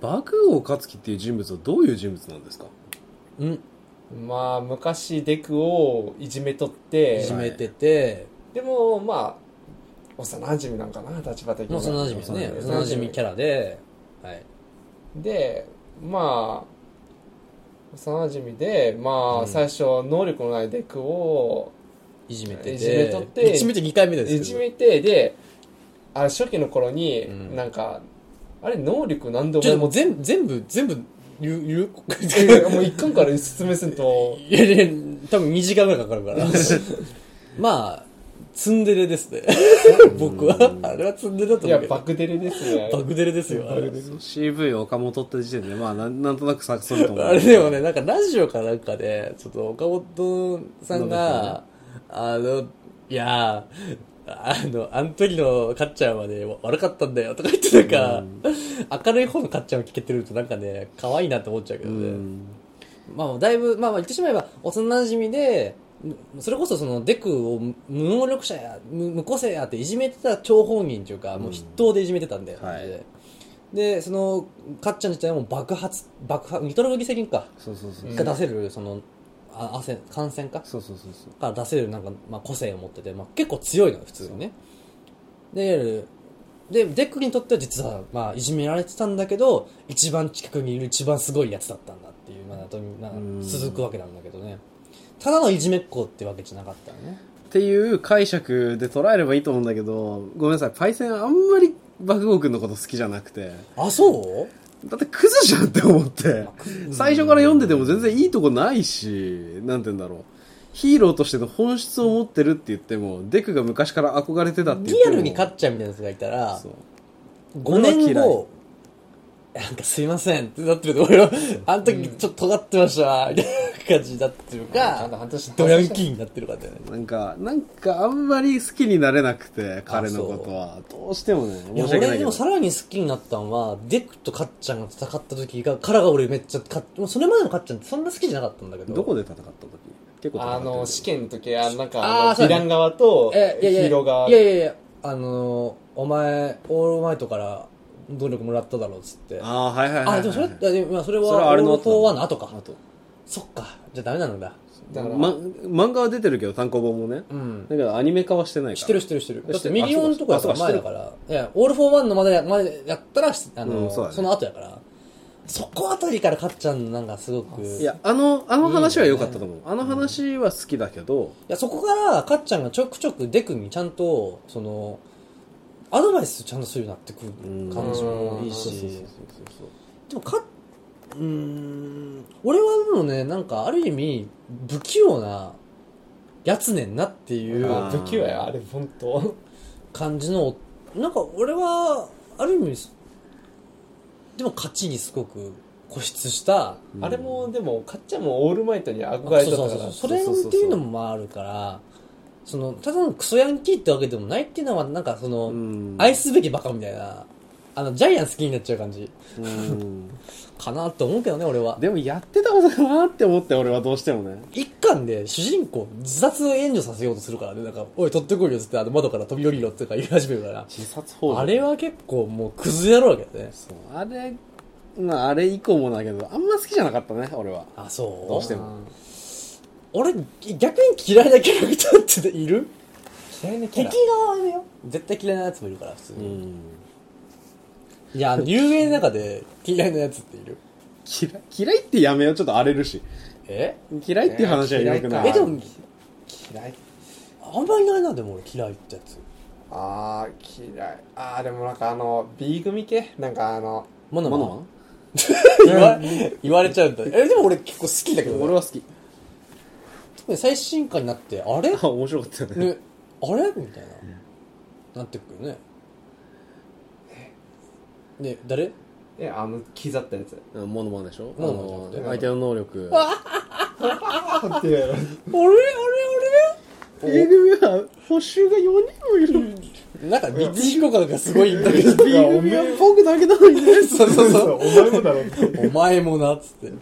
Speaker 3: 爆豪勝樹っていう人物はどういう人物なんですか
Speaker 1: うん
Speaker 2: まあ昔デクをいじめとって
Speaker 1: いじめてて、
Speaker 2: でもまあ幼馴染なんかな立場的に
Speaker 1: も
Speaker 2: は
Speaker 1: う幼馴染ですね幼馴染キャラで、はい、
Speaker 2: でまあ幼馴染でまあ、
Speaker 1: うん
Speaker 2: 最初能力のないデクを
Speaker 1: いじめてて
Speaker 2: いじめとって
Speaker 1: いじめて2回目ですけ
Speaker 2: い
Speaker 1: ど
Speaker 2: じめてであ初期の頃に、
Speaker 1: うん
Speaker 2: なんかあれ能力なんでお
Speaker 1: ちょっ
Speaker 2: 前
Speaker 1: とも
Speaker 2: も
Speaker 1: う全部全部全部言う言う
Speaker 2: えもう一巻から説明すると
Speaker 1: いやいや多分2時間ぐらいかかるから まあツンデレですね僕はあれはツンデレだと思
Speaker 2: いや
Speaker 1: うけど
Speaker 2: バクデレですね
Speaker 1: バグデレですよあれ
Speaker 3: CV 岡本って時点でまあなんなんとなく錯綜ると思う
Speaker 1: あれでもね、なんかラジオかなんかで、ちょっと岡本さんが、あの、いやー、あの、あの時のかっちゃんはね、わ悪かったんだよとか言ってなんか、明るい方のかっちゃんを聞けてるとなんかね、可愛いなって思っちゃうけ
Speaker 3: う
Speaker 1: どね。
Speaker 3: ん
Speaker 1: まあ、だいぶ、まあまあ言ってしまえば、幼馴染で、それこそそのデクを無無能力者や無無個性やっていじめてた張本人というか、もう筆頭でいじめてたんだよ、
Speaker 3: はい
Speaker 1: マジででそのかっちゃん自体はもう爆発爆発ニトログリセリンか
Speaker 3: そうそうそう、
Speaker 2: うん
Speaker 1: が出せるそのあ汗感染か
Speaker 3: そうそうそうそう
Speaker 1: から出せるなんか、まあ、個性を持ってて、まあ、結構強いのよ普通にねでいわゆるでデックにとっては実は、まあ、いじめられてたんだけど一番近くにいる一番すごいやつだったんだっていう、まあ、とまあ
Speaker 3: うん
Speaker 1: 続くわけなんだけどねただのいじめっ子ってわけじゃなかったのね
Speaker 3: っていう解釈で捉えればいいと思うんだけどごめんなさいパイセンあんまり爆豪君のこと好きじゃなくて
Speaker 1: あそう
Speaker 3: だってクズじゃんって思って最初から読んでても全然いいとこないしなんて言うんだろうヒーローとしての本質を持ってるって言ってもデクが昔から憧れてたって言っ
Speaker 1: リ
Speaker 3: て
Speaker 1: ア
Speaker 3: も
Speaker 1: ルに勝っちゃうみたいなやつがいたら
Speaker 3: そう
Speaker 1: 5年後なんかすいませんってなってると俺はあの時ちょっと尖ってましたみたいな感じになってる
Speaker 2: ちゃんと
Speaker 1: か
Speaker 2: 半年
Speaker 1: ドヤンキーになってるかだよね
Speaker 3: なんかなんかあんまり好きになれなくて彼のことはどうしてもね
Speaker 1: いや
Speaker 3: 申し訳
Speaker 1: 俺
Speaker 3: ないけ
Speaker 1: で
Speaker 3: ど
Speaker 1: もさらに好きになったのはデクとカッちゃんが戦った時がからが俺めっちゃかもうそれまでのカッちゃんってそんな好きじゃなかったんだけど
Speaker 3: どこで戦った時結構戦ってる
Speaker 2: あの試験の時あなんか
Speaker 1: あー
Speaker 2: あの
Speaker 1: そ
Speaker 2: ヴ
Speaker 1: うだね
Speaker 2: ィラン側とヒ
Speaker 1: えいやいや
Speaker 2: ーロー側
Speaker 1: いやいやいやあのーお前オールマイトから動力もらっただろうっつってあ
Speaker 3: ああはいはいはい、はい、
Speaker 1: でもそれ
Speaker 3: そ
Speaker 1: あでもまあそれは
Speaker 3: れはあれの
Speaker 1: オールフォーワンの後か
Speaker 3: あと
Speaker 1: そっかじゃあダメなのだ
Speaker 2: だから、
Speaker 3: ま、漫画は出てるけど単行本もね、
Speaker 1: うん
Speaker 3: だけどアニメ化はしてないから
Speaker 1: してるしてるしてるだっ
Speaker 3: し
Speaker 1: て
Speaker 3: てる
Speaker 1: ミリオンとかやっ
Speaker 3: あ
Speaker 1: た
Speaker 3: そう
Speaker 1: ら
Speaker 3: か
Speaker 1: 前だからいやオールフォーワンのまでまでやったらあのー、
Speaker 3: うんそうだね
Speaker 1: その後やからそこあたりからカッちゃんなんかすごく
Speaker 3: いやあのあの話は良かったと思う、あの話は好きだけど、
Speaker 1: いやそこからかっちゃんがちょくちょくデクにちゃんとそのアドバイスちゃんとするようになってくる感じもいい
Speaker 3: そうそうそう
Speaker 1: し
Speaker 3: そう
Speaker 1: でもかっうーん俺はでもねなんかある意味不器用なやつねんなっていう
Speaker 3: あ
Speaker 2: 不器用やあれ本当
Speaker 1: 感じのなんか俺はある意味でも勝ちにすごく固執した
Speaker 3: うん
Speaker 2: あれもでもかっちゃんもオールマイトに憧れてた
Speaker 1: そう
Speaker 2: か
Speaker 1: そうそ
Speaker 2: ら
Speaker 1: うそれっていうのもまああるからそのただのクソヤンキーってわけでもないっていうのはなんかその、
Speaker 3: うん
Speaker 1: 愛すべきバカみたいなあのジャイアン好きになっちゃう感じ
Speaker 3: うん
Speaker 1: かなと思うけどね俺は
Speaker 3: でもやってたことだなって思って俺はどうしてもね
Speaker 1: 一巻で主人公自殺を援助させようとするからねなんか「おい取ってこいよ」っつってあの窓から飛び降りろってか言い始めるから
Speaker 3: 自殺ほう助
Speaker 1: あれは結構もうクズ野郎だけどね
Speaker 3: そうあれまああれ以降もだけどあんま好きじゃなかったね俺は
Speaker 1: あそう
Speaker 3: どうしても
Speaker 1: 俺逆に嫌いなキャラクターっている
Speaker 2: 嫌いなキャ
Speaker 1: 敵
Speaker 2: ラ
Speaker 1: 側はよ絶対嫌いなやつもいるから普通
Speaker 3: う
Speaker 1: に、
Speaker 3: ん
Speaker 1: いやあの遊泳の中で嫌いなやつっている
Speaker 3: 嫌い嫌いってやめようちょっと荒れるし
Speaker 1: え
Speaker 3: 嫌いっていう話はよくない
Speaker 1: えでも
Speaker 2: 嫌い
Speaker 1: あんまりいないなでも俺嫌いってやつ
Speaker 2: ああ嫌いああでもなんかあの B 組系なんかあの
Speaker 1: モノ
Speaker 3: モ
Speaker 1: マン
Speaker 3: ノマン
Speaker 1: 言わ言われちゃうんだえでも俺結構好きだけど、
Speaker 3: 俺
Speaker 1: ね、
Speaker 3: は好き
Speaker 1: 特に最新刊になってあれ、ね
Speaker 3: あ面白かったよね
Speaker 1: あれみたいな、なってくるねね誰
Speaker 2: えあの刻ったやつ
Speaker 3: うんモノマンでしょ
Speaker 1: モノマンじゃなくて
Speaker 3: あの相手の能力
Speaker 2: あってやろ
Speaker 1: あれあ
Speaker 3: A 組は補修が4人もいる
Speaker 1: れあれなんか三つ彦感がすごいんだけど
Speaker 3: B 組は僕だけなのにね
Speaker 1: そうそうそう
Speaker 2: お前もだろ
Speaker 1: お前もなっつって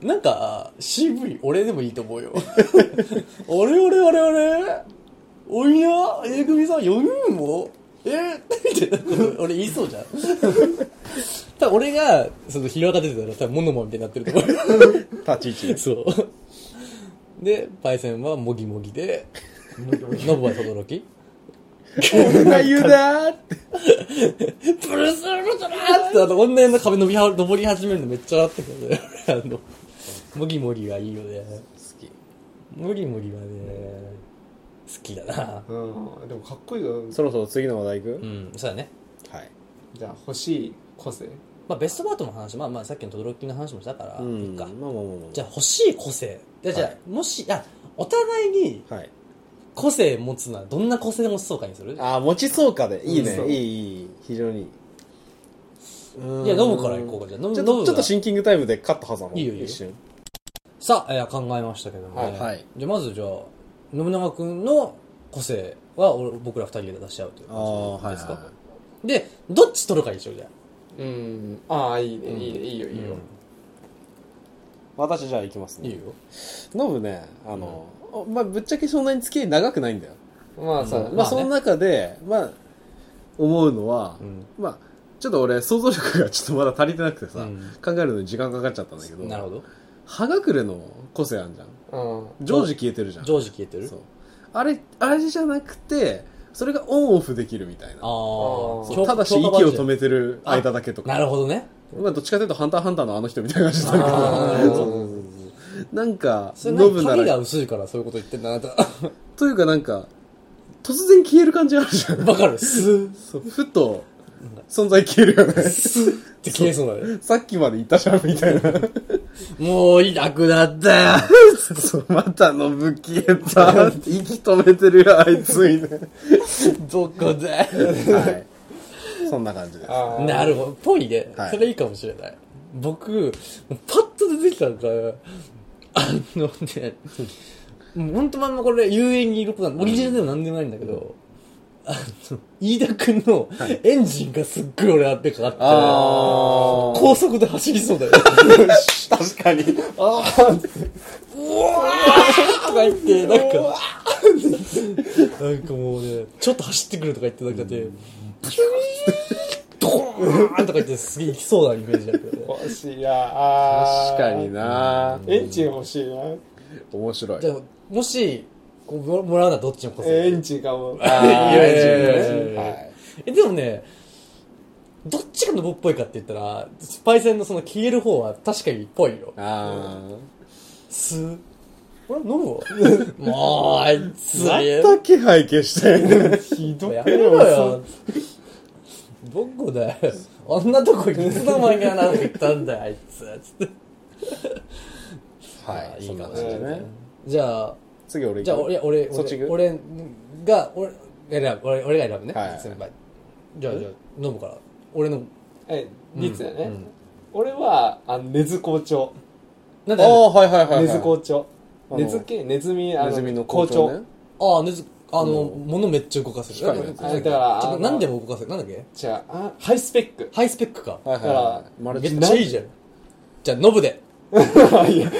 Speaker 1: なんか、CV、俺でもいいと思うよ。 あれあれあれあれおいや、A 組さん4人もえー、みたいなこと俺言いそうじゃん。多分俺が、その、ヒロアカ出てたら多分モノマンみたいになってると思うよ。
Speaker 3: 立ち位 置。
Speaker 1: そう。で、パイセンはもぎもぎで、ノブはとどろき。
Speaker 3: 女湯だーって。
Speaker 1: ブルースルートラーって、あの、女の壁伸びは、登り始めるのめっちゃ笑ってたね。 俺あの、もぎもぎはいいよね。
Speaker 3: 好き。
Speaker 1: もぎもぎはね、好きだな。
Speaker 2: うんでもかっこいいよ
Speaker 3: そろそろ次の話題いく、
Speaker 1: うん、そうだね。
Speaker 3: はい。
Speaker 2: じゃあ欲しい個性
Speaker 1: まあ、ベストバートの話、まあまあ、さっきのとどろきの話もしたから、
Speaker 3: うん。
Speaker 1: いいか
Speaker 3: まあ。まあまあまあ。
Speaker 1: じゃあ、欲しい個性。じゃあ、じゃあ
Speaker 3: は
Speaker 1: もし、あ、お互いに
Speaker 3: あ。はい。
Speaker 1: 個性持つなら、どんな個性持ちそうかにする
Speaker 3: ああ、持ちそうかで。いいね。
Speaker 2: うんそう
Speaker 3: いい、いい。非常にいい。
Speaker 1: いや、飲むから行こうか、じゃあ。飲む
Speaker 3: ちょ
Speaker 1: 飲
Speaker 3: っと、
Speaker 1: む
Speaker 3: ちょ
Speaker 1: が
Speaker 3: っとシンキングタイムでカット挟もう。
Speaker 1: いいよいいよ
Speaker 3: 一瞬。
Speaker 1: さあ、えー考えましたけども、
Speaker 2: はい
Speaker 3: はい
Speaker 1: じゃあまずじゃあ信長君の個性は俺僕ら二人で出し合うという
Speaker 3: あ
Speaker 1: 感
Speaker 3: あ、は
Speaker 1: じ
Speaker 3: い、
Speaker 1: ですか、
Speaker 3: は
Speaker 1: でどっち取るか一緒じゃん
Speaker 2: うんああいいね
Speaker 1: うん
Speaker 2: いいねいいよいいよ
Speaker 3: い。私じゃあ行きます
Speaker 1: うんいい
Speaker 3: ね。
Speaker 1: よ
Speaker 3: ノブね、あの、おまあ、ぶっちゃけそんなに付き合い長くないんだよ。
Speaker 2: まあさ
Speaker 1: うんね
Speaker 3: まあ、その中で、まあ、思うのは、
Speaker 1: うん
Speaker 3: まあ、ちょっと俺、想像力がちょっとまだ足りてなくてさ、
Speaker 1: うん
Speaker 3: 考えるのに時間かかっちゃったんだけど、
Speaker 1: なるほど
Speaker 3: 葉隠れの個性あんじゃん。
Speaker 2: うん
Speaker 3: 常時消えてるじゃん。
Speaker 1: 常時消えてる
Speaker 3: そう。あれ、あれじゃなくて、それがオンオフできるみたい
Speaker 1: あ
Speaker 3: な。
Speaker 1: あ
Speaker 3: そうただし息を止
Speaker 1: め
Speaker 3: めてる間だけとか。
Speaker 1: なるほどね
Speaker 3: まあ、どっちかというと、ハンターハンターのあの人みたいな感じだけ
Speaker 1: あ
Speaker 3: ど。そうそ
Speaker 2: ー
Speaker 3: うそうそうなんか、
Speaker 1: それ
Speaker 3: ノ
Speaker 1: 何
Speaker 3: ブな
Speaker 1: 髪が
Speaker 3: ら、
Speaker 1: 薄いからそういうこと言ってんだなと
Speaker 3: というかなんか、突然消える感じあるじゃん。
Speaker 1: わかるスー
Speaker 3: そうふと、存在消えるよね。
Speaker 1: スーって消えそうだね
Speaker 3: さっきまでいたじゃんみたいな。
Speaker 1: もういなくなったよ
Speaker 3: そうまたのぶ消え た。息止めてるよ、あいつみたい
Speaker 1: どこだ
Speaker 3: な。はい。そんな感じです。
Speaker 2: ああ
Speaker 1: なるほど。ぽいね。
Speaker 3: はい
Speaker 1: それいいかもしれない。僕、パッと出てきたのが、 あのね、もうほんとまんまこれ遊園にいることなんオリジナルでもなんでもないんだけど、あの、飯田くんのエンジンがすっごい俺あってかかって、
Speaker 3: あー
Speaker 1: 高速で走りそうだよ。
Speaker 3: 確かに。
Speaker 2: あー
Speaker 1: とか言って、なんか、なんかもうね、ちょっと走ってくるとか言ってなくて、ピュードコーンとか言ってすげえ行きそうなイメージだけどね。
Speaker 2: 欲しいなあー
Speaker 3: 確かにな
Speaker 2: エンジン欲しいな
Speaker 3: 面白い
Speaker 1: じ。ゃあ、もし、こうももらうならどっちの個性
Speaker 2: エンジンかも
Speaker 3: あー
Speaker 1: いやいやいやいやいや
Speaker 3: はい
Speaker 1: え、でもね、どっちがノブっぽいかって言ったら、スパイセンのその消える方は確かにっぽいよ。
Speaker 3: あ
Speaker 1: す、俺ノ ブはもう、あいつ、
Speaker 3: ー。また気配消 して。
Speaker 2: ひど
Speaker 1: や
Speaker 2: く
Speaker 1: めろよ。どこだよ。あんなとこいつの間にかなんか行ったんだよ、あいつ。つって。
Speaker 3: はい。
Speaker 1: い
Speaker 3: そ
Speaker 1: い
Speaker 3: ん
Speaker 1: か
Speaker 3: な
Speaker 1: も
Speaker 3: 感
Speaker 1: し
Speaker 3: じ
Speaker 1: れ
Speaker 3: で
Speaker 1: ない
Speaker 3: ね。。
Speaker 1: じゃあ、
Speaker 3: 次俺行く
Speaker 1: じゃあ、俺、俺、
Speaker 3: そっち行
Speaker 1: 俺、
Speaker 3: く
Speaker 1: 俺が、俺、選ぶ、俺、俺が選ぶね。
Speaker 3: はい
Speaker 1: 先輩。じゃあ、じゃあ、飲むから。俺の、
Speaker 2: えニツだ
Speaker 1: う
Speaker 2: ね
Speaker 1: ん
Speaker 2: 俺はあの根津校長
Speaker 1: なん
Speaker 3: あ
Speaker 1: で、
Speaker 3: あ、はいはいはいはい。
Speaker 2: 根津校長
Speaker 3: あの
Speaker 2: 根津系ネズミあ
Speaker 3: ネズミの校
Speaker 2: 校
Speaker 3: 長
Speaker 2: 長
Speaker 3: ね。
Speaker 1: ああ、ねず、あの、
Speaker 3: う
Speaker 1: 物めっちゃ動かせる。
Speaker 3: 光るやつ
Speaker 1: なん
Speaker 2: あだから
Speaker 1: ちょっ
Speaker 2: あ
Speaker 1: と
Speaker 2: の
Speaker 1: 何でも動かせる。なんだっけ
Speaker 2: じゃあハイスペック
Speaker 1: ハイスペックか。
Speaker 3: はいはいは
Speaker 2: だか
Speaker 3: い。マル
Speaker 1: め
Speaker 3: チ
Speaker 1: っちゃいいじゃん。じゃあ、ノブで。
Speaker 2: いや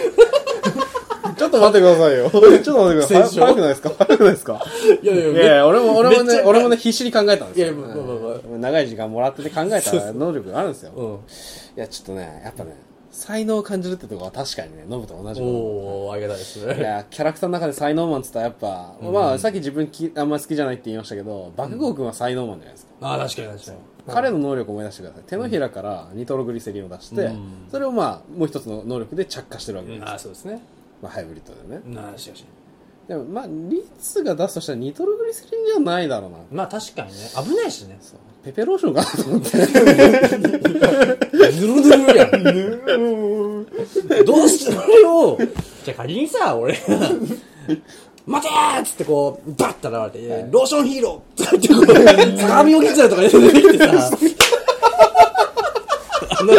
Speaker 3: ちょっと待ってくださいよ。ちょ っと待ってくだ
Speaker 1: 選
Speaker 3: さ
Speaker 1: 手
Speaker 3: い。早くないですか早くないです か
Speaker 1: いやいや
Speaker 3: いやいや、俺も、俺
Speaker 1: め
Speaker 3: も
Speaker 1: っち
Speaker 3: ね、
Speaker 1: ゃ
Speaker 3: 俺もね、必死に考えたんですよ。
Speaker 1: いやまあまあまあ
Speaker 3: うん長い時間もらってて考えた
Speaker 1: そうそ
Speaker 3: ら能力があるんですよ。
Speaker 1: うん。
Speaker 3: いや、ちょっとね、やっぱね、才能を感じるってとこは確かにね、ノブと同じも
Speaker 1: おー、ありがたいです
Speaker 3: のい
Speaker 1: ね。
Speaker 3: や、キャラクターの中で才能マンっつったらやっぱ、まあ、さっき自分きあんまり好きじゃないって言いましたけど、爆豪君は才能マンじゃないですか。
Speaker 1: ああ、確かに確かに。
Speaker 3: 彼の能力を思い出してください。手のひらからニトログリセリンを出して、
Speaker 1: うん
Speaker 3: それをまあ、もう一つの能力で着火してるわけです。
Speaker 1: ああ、そうですね。
Speaker 3: まあ、ハイブリッドでね。
Speaker 1: なあ、確かに。
Speaker 3: でも、まあ、リツが出すとしたらニトログリセリンじゃないだろうな。
Speaker 1: まあ確かにね。危ないしね。
Speaker 3: そうペペローションかなと思って。
Speaker 1: ぬるぬるやん。どうしてそれを、じゃあ仮にさ、俺が、待てーっつってこう、バッて現れて、ローションヒーローとか言ってこう、鏡を切っちゃうとか出てきてさ、あの、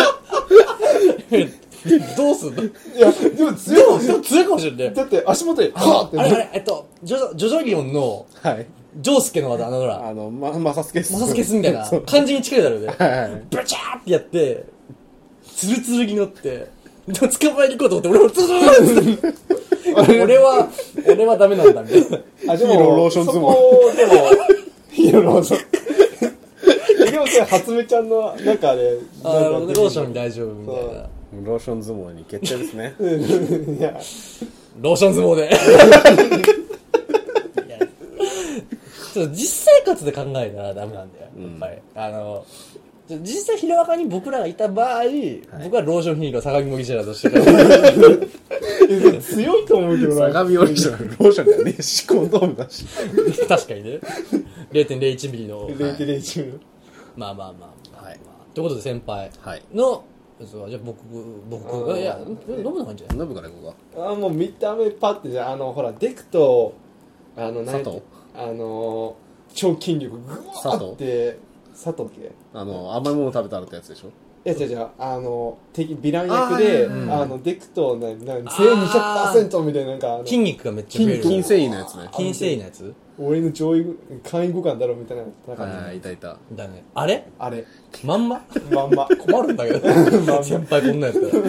Speaker 1: どうすんの
Speaker 2: いやでも
Speaker 1: で
Speaker 2: 強い
Speaker 1: も、でも強いかもしれんね。
Speaker 2: だって足元に
Speaker 1: あの
Speaker 2: ハ
Speaker 1: あ
Speaker 2: ー
Speaker 1: れ
Speaker 2: っ
Speaker 1: あ
Speaker 2: て
Speaker 1: れ、えっと、ジョジョジョジョギオンの、
Speaker 3: はい。
Speaker 1: ジョースケの技、あのほら、
Speaker 3: あの、ま、マサスケス。
Speaker 1: 摩擦消すみたいな感じに近いだろうね。
Speaker 3: はいはい。
Speaker 1: ブチャーってやって、ツルツルに乗って、捕まえに行こうと思って、俺もズーンって。俺は、俺はダメなんだ、みた いな。
Speaker 2: あ
Speaker 3: ヒーローローション相撲
Speaker 2: そこでも、ヒーローローション。でもそれ、初めちゃんの中で、
Speaker 1: あー、なるほどねローション大丈夫、みたい
Speaker 2: そ
Speaker 1: な
Speaker 2: う。
Speaker 3: ローション相撲に決定です ね。
Speaker 2: ョン。いや、
Speaker 1: ローション相撲で。 いやちょっと実生活で考えたらダメなんだよ、やっぱり。あの、ちょ実際、ヒロアカに僕らがいた場合、僕はローションヒーロー、坂木もぎしらとして考 える
Speaker 2: 強いと思うけどな。
Speaker 3: 相模オリジナルローションじゃねえし、コンドームだし。
Speaker 1: 確かにね。0.01ミリの。
Speaker 2: レイテレイチーム。
Speaker 1: まあまあまあまあ。
Speaker 3: はい
Speaker 1: ということで、先輩
Speaker 3: はい。
Speaker 1: の、そうじゃあ僕、僕、いや、
Speaker 2: あ
Speaker 1: 飲
Speaker 2: ー
Speaker 1: むのがいいんじゃない
Speaker 3: ノブからいこ
Speaker 2: あもう見た目パッてじゃんあのほらデクとあのなんやっけ
Speaker 3: 佐藤
Speaker 2: あの超筋力グワーって佐藤系
Speaker 3: うか。あの、甘いもの食べたらってやつでしょ
Speaker 2: いや違う違うあの敵ヴィラン役で
Speaker 3: あ
Speaker 2: あ
Speaker 3: ー、うん
Speaker 2: のデクとななん
Speaker 1: あー
Speaker 2: 1200%みたいななんかあの
Speaker 1: 筋肉がめっちゃ増える。
Speaker 3: 筋繊維のやつね。
Speaker 1: 筋繊維のやつ
Speaker 2: 俺の上位簡易互換だろみたいななんか
Speaker 3: はい、いたいた。
Speaker 1: だね。あれ
Speaker 2: あれ
Speaker 1: まん ま
Speaker 2: ま んま
Speaker 1: 困るんだけど。先輩こんなんやったら。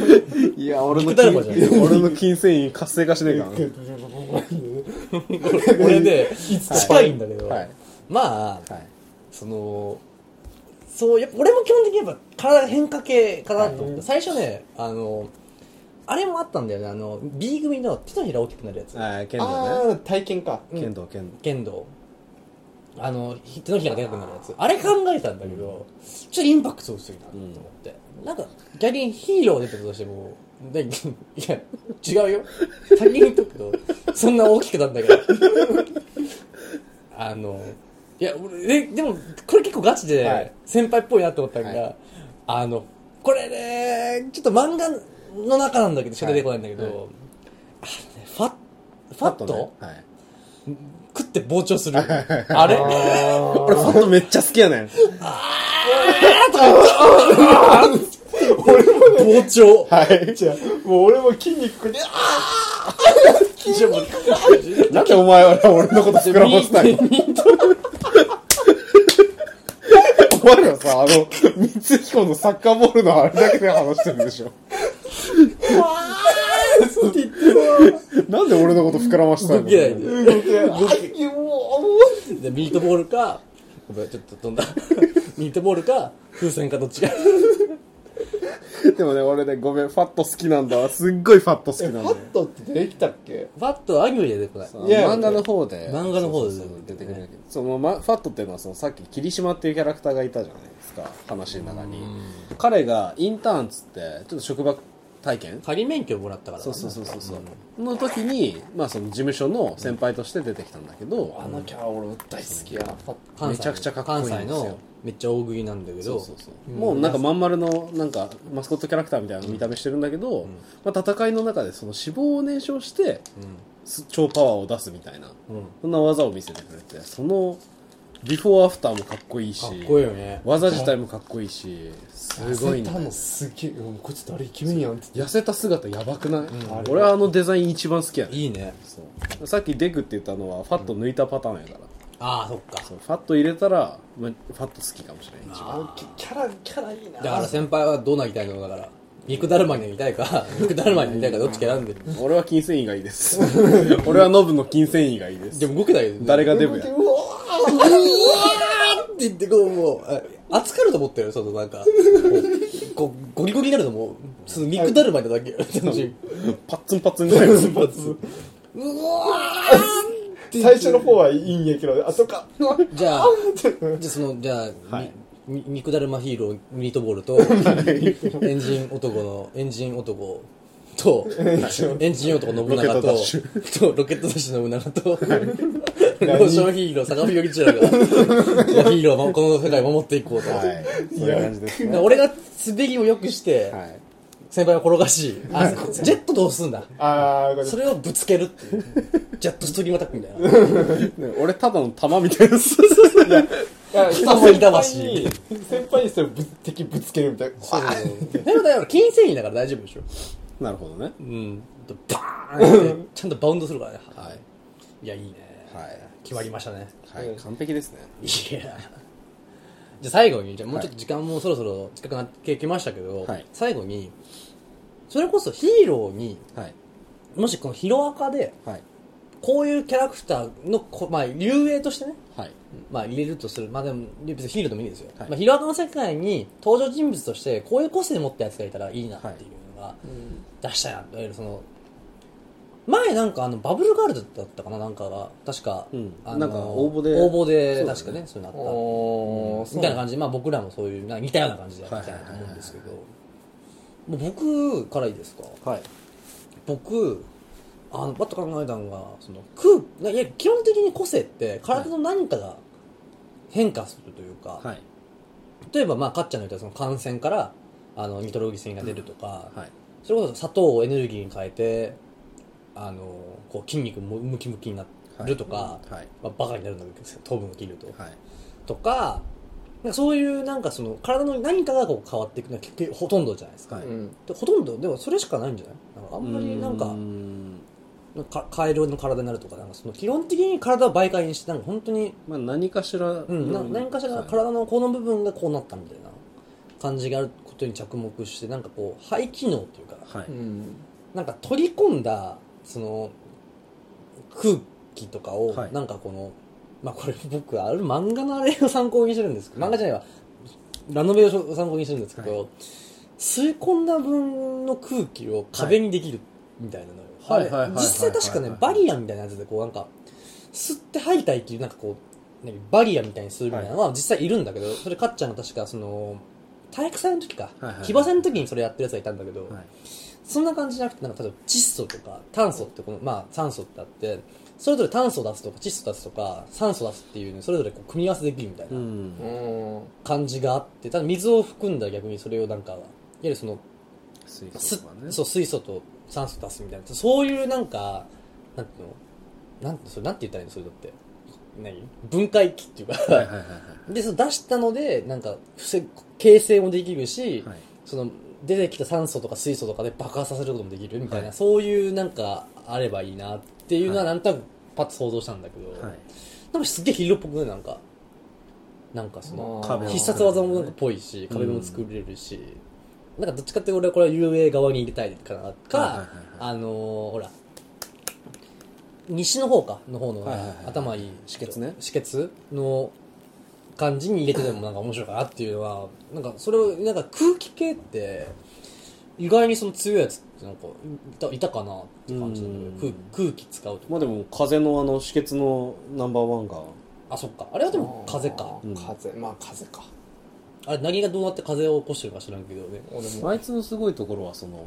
Speaker 3: いや、俺
Speaker 1: の筋肉
Speaker 3: 俺の筋繊維活性化しねえか
Speaker 1: 俺で、近いんだけど、
Speaker 3: はい
Speaker 1: まあ、
Speaker 3: ら。はい。
Speaker 1: その、そう、やっぱ俺も基本的にやっぱ体変化系かなと思って、
Speaker 2: はい
Speaker 1: 最初ね、あの、あれもあったんだよね、あの、B 組の手のひら大きくなるやつ。
Speaker 3: あー剣道
Speaker 2: ああ体験か
Speaker 3: ね。剣道、剣道。
Speaker 1: 剣道。あの、ひ手のひらがでかくなるやつ。あれ考えたんだけど、ちょっとインパクト薄いなと思って。なんか、逆にヒーロー出たとしても、で いや、違うよ。先に言っとくけど、そんな大きくなんだけど。 あの、いや、俺、ででも、これ結構ガチ
Speaker 2: はい
Speaker 1: で、先輩っぽいなと思ったのが、
Speaker 3: は
Speaker 1: あの、これね、ちょっと漫画の中なんだけど、しか出てこないんだけど、
Speaker 3: はい
Speaker 1: あのねファッ、ファット
Speaker 3: ねはい。
Speaker 1: 食って膨張する。あれ
Speaker 2: あ
Speaker 3: 俺、ファットめっちゃ好きやねん。
Speaker 1: 膨張。
Speaker 2: あじゃもう俺も筋肉であ
Speaker 3: なんでお前は俺のこと膨らませたいのお前らさ、あの、三つ彦のサッカーボールのあれだけで話してるでしょ。なんで俺のこと膨らませたい
Speaker 1: 動
Speaker 3: の
Speaker 1: けないんだよ
Speaker 2: ー動けないあいやも
Speaker 1: でミートボールか、ごめん、ちょっと飛んだ。ミートボールか、風船かどっちか。
Speaker 3: でもね、俺ね、ごめん、ファット好きなんだ。すっごいファット好き
Speaker 2: う
Speaker 3: なん
Speaker 2: えフ
Speaker 3: だよ。
Speaker 2: ァットってできたっけ
Speaker 1: バットアニメで出てこない。
Speaker 3: そう
Speaker 2: いや
Speaker 3: 漫画の方で。
Speaker 1: 漫画の方で
Speaker 3: そうそうそう出てくるんだけど。その、ま、ファットっていうのは、その、さっき、霧島っていうキャラクターがいたじゃないですか。話の中に。彼が、インターンっつって、ちょっと職場体験
Speaker 1: 仮免許もらったから。
Speaker 3: そうそうそうそうそう、の時に、まあ、その事務所の先輩として出てきたんだけど、
Speaker 2: あのキャラ俺大好きやファッ
Speaker 1: 関西の
Speaker 3: めちゃくちゃかっこいいんですよ
Speaker 1: 関西の、めっちゃ大食いなんだけ
Speaker 3: そ
Speaker 1: ど、
Speaker 3: うそうそうもうなんかまん丸のなんかマスコットキャラクターみたいな見た目してるんだけど、まあ、戦いの中でその脂肪を燃焼して、す超パワーを出すみたいな、
Speaker 1: うん
Speaker 3: そんな技を見せてくれてそのビフォーアフターもかっこいいし
Speaker 1: かっこいいよね。
Speaker 3: 技自体もかっこいいしすごいんだ
Speaker 2: 痩せた
Speaker 3: よ
Speaker 2: のすげえうんこいつ誰イケメンやんって
Speaker 3: 痩せた姿やばくない、
Speaker 2: あれ
Speaker 3: 俺はあのデザイン一番好きやね
Speaker 1: いいね。
Speaker 3: そうさっきデクって言ったのはファット抜いたパターンやから、
Speaker 1: ああ、そっか。
Speaker 3: そうファット入れたら、まあファット好きかもしれない一番
Speaker 2: あキキャラキャラいい
Speaker 1: だ
Speaker 2: な
Speaker 1: から先輩はどうなりたいのだから。肉だるまになりたいか、肉だるまになりたいかどっちか選んでる。
Speaker 3: 俺は筋繊維がいいです 俺はノブの筋繊維がいいです
Speaker 1: でも動けないよね。
Speaker 3: 誰がデ
Speaker 2: う
Speaker 3: ブ
Speaker 2: わ
Speaker 3: や
Speaker 1: って言ってこうもうあ熱かると思ったよそのなん かこうゴリゴリになるのもその肉だるまなだけ単純に
Speaker 3: パッツンパッツンぐらいです
Speaker 1: うわーって
Speaker 2: 最初の方はいいんやけどあとか
Speaker 1: じゃあじゃあそのじゃあ、
Speaker 3: はい
Speaker 1: みみ肉だるまヒーローミートボールとエンジン男のエンジン男とエンジン男信長
Speaker 3: ロケット
Speaker 1: と
Speaker 3: ダッシ
Speaker 1: とロケットダッシュ信長とローションヒーロー坂本頼一郎がこ うヒーローをこの世界を守っていこうと。
Speaker 3: はいそういう感 じです
Speaker 1: だ
Speaker 3: ね
Speaker 1: から俺が滑りを良くして、
Speaker 3: はい
Speaker 1: 先輩を転がし、あ、ジェットどうすんだ
Speaker 2: ああこれ
Speaker 1: それをぶつけるっていう。ジェットストリームアタックみたいな。
Speaker 3: ね俺ただの玉みたい な
Speaker 2: 先
Speaker 1: 人
Speaker 2: 輩
Speaker 1: の
Speaker 2: に
Speaker 1: 魂
Speaker 2: 先輩にそれぶ敵ぶつけるみたいな
Speaker 1: そうそうでもだから筋繊維だから大丈夫でしょ。
Speaker 3: なるほどね
Speaker 1: うん。バーンってちゃんとバウンドするからね。
Speaker 3: はい
Speaker 1: いや、いいね。
Speaker 3: はい
Speaker 1: 決まりましたね。
Speaker 3: はい完璧ですね
Speaker 1: いや。じゃあ最後に、じゃあもうちょっと時間もそろそろ近くなってきましたけど、
Speaker 3: はい
Speaker 1: 最後に、それこそヒーローに、
Speaker 3: はい
Speaker 1: もしこのヒロアカで、
Speaker 3: はい
Speaker 1: こういうキャラクターのこ、まあ、遊泳としてね、
Speaker 3: はい
Speaker 1: まあ、入れるとする。まあ、でも、別にヒーローでもいいですよ。
Speaker 3: はい
Speaker 1: まあ、ヒロアカの世界に登場人物として、こういう個性持ったやつがいたらいいなっていうのが、出したいな。いわゆるその、前なんかあの、バブルガールズだったかななんかが、確か、
Speaker 3: うん
Speaker 1: あの
Speaker 3: なんか応募で
Speaker 1: 応募で、
Speaker 3: そうだね
Speaker 1: 確かね、そういうのあった。
Speaker 2: おーそう
Speaker 1: みたいな感じで、まあ、僕らもそういうなんか似たような感じでやっていきたいなと思うんですけど、もう僕からいいですか
Speaker 3: はい
Speaker 1: 僕あのパッと考えたのがその空ないや基本的に個性って体の何かが変化するというか、
Speaker 3: はい
Speaker 1: 例えばまあかっちゃんの言ったその感染からあのニトログリセリンが出るとか、
Speaker 3: はい
Speaker 1: それこそ砂糖をエネルギーに変えてあのこう筋肉もムキムキになるとか、
Speaker 3: はい
Speaker 1: まあ、バカになるんだけど糖分を切ると、
Speaker 3: はい
Speaker 1: とかなんかそういうなんかその体の何かがこう変わっていくのは結局ほとんどじゃないですか、
Speaker 3: はい
Speaker 2: うん
Speaker 1: でほとんどでもそれしかないんじゃないなんかあんまりなんか
Speaker 3: うーん
Speaker 1: かカエルの体になるとかなんかその基本的に体を媒介にしてなんか本当に、
Speaker 3: まあ何かしら、
Speaker 1: うん、な何かしら体のこの部分がこうなったみたいな感じがあることに着目してなんかこう肺機能というか
Speaker 3: はい、はい
Speaker 2: うん
Speaker 1: なんか取り込んだその空気とかを
Speaker 3: はい
Speaker 1: なんかこの、まあこれ僕ある漫画のあれを参考にしてるんですけど漫画じゃないわラノベを参考にしてるんですけど、
Speaker 3: は
Speaker 1: 吸い込んだ分の空気を壁にできるみたいなのよ、
Speaker 3: はいはいはいはいはいはい
Speaker 1: あれ実際確かねバリアみたいなやつでこうなんか吸って吐いた息をなんかこう何バリアみたいにするみたいなのは実際いるんだけど、それかっちゃんが確かその体育祭の時か、
Speaker 3: はいはい
Speaker 1: 騎馬戦の時にそれやってるやつがいたんだけど、
Speaker 3: はい
Speaker 1: そんな感じじゃなくて、なんか例えば窒素とか炭素ってこの、まあ酸素ってあって、それぞれ炭素を出すとか窒素を出すとか酸素を出すっていうのにそれぞれこう組み合わせできるみたいうなん
Speaker 2: うん
Speaker 1: 感じがあって、ただ水を含んだら逆にそれをなんか、いわゆるその、
Speaker 3: 水
Speaker 1: す
Speaker 3: 素とかね
Speaker 1: そう、水素と酸素を出すみたいな、そういうなんか、なんていうのなんそれなんて言ったらいいのそれだって。何分解器っていうか、
Speaker 3: はいはいはいは
Speaker 1: で、その出したので、なんか、防ぐ形成もできるし、
Speaker 3: いはい
Speaker 1: その出てきた酸素とか水素とかで爆発させることもできるみたいな、
Speaker 3: はい
Speaker 1: そういうなんかあればいいなっていうのは
Speaker 3: は
Speaker 1: ないんとなくパッと想像したんだけど、
Speaker 3: はい
Speaker 1: なんかすっげえヒーローっぽくねなんかなんかその
Speaker 2: まあ
Speaker 3: 壁を
Speaker 1: 必殺技もなんかっぽいし
Speaker 3: うん
Speaker 1: 壁も作れるし、なんかどっちかって俺はこれは遊泳側に入れたいかなか、
Speaker 3: はいはいはい
Speaker 1: あのーほら西の方かの方の、
Speaker 3: はいはいはい
Speaker 1: 頭いい
Speaker 3: 止血ね
Speaker 1: 止血の感じに入れてでもなんか面白いかなっていうのはなんかそれをなんか空気系って意外にその強いやつってなんかいたいたかなって感じだけ
Speaker 3: う
Speaker 1: ど
Speaker 3: ん
Speaker 1: 空空気使うとか
Speaker 3: まあでも風のあの止血のナンバーワンが
Speaker 1: あそっかあれはでも風か
Speaker 3: うん
Speaker 2: 風まあ風か
Speaker 1: あれ凪がどうなって風を起こしてるか知らんけどね
Speaker 2: 俺
Speaker 3: あ
Speaker 2: も
Speaker 3: いつのすごいところはその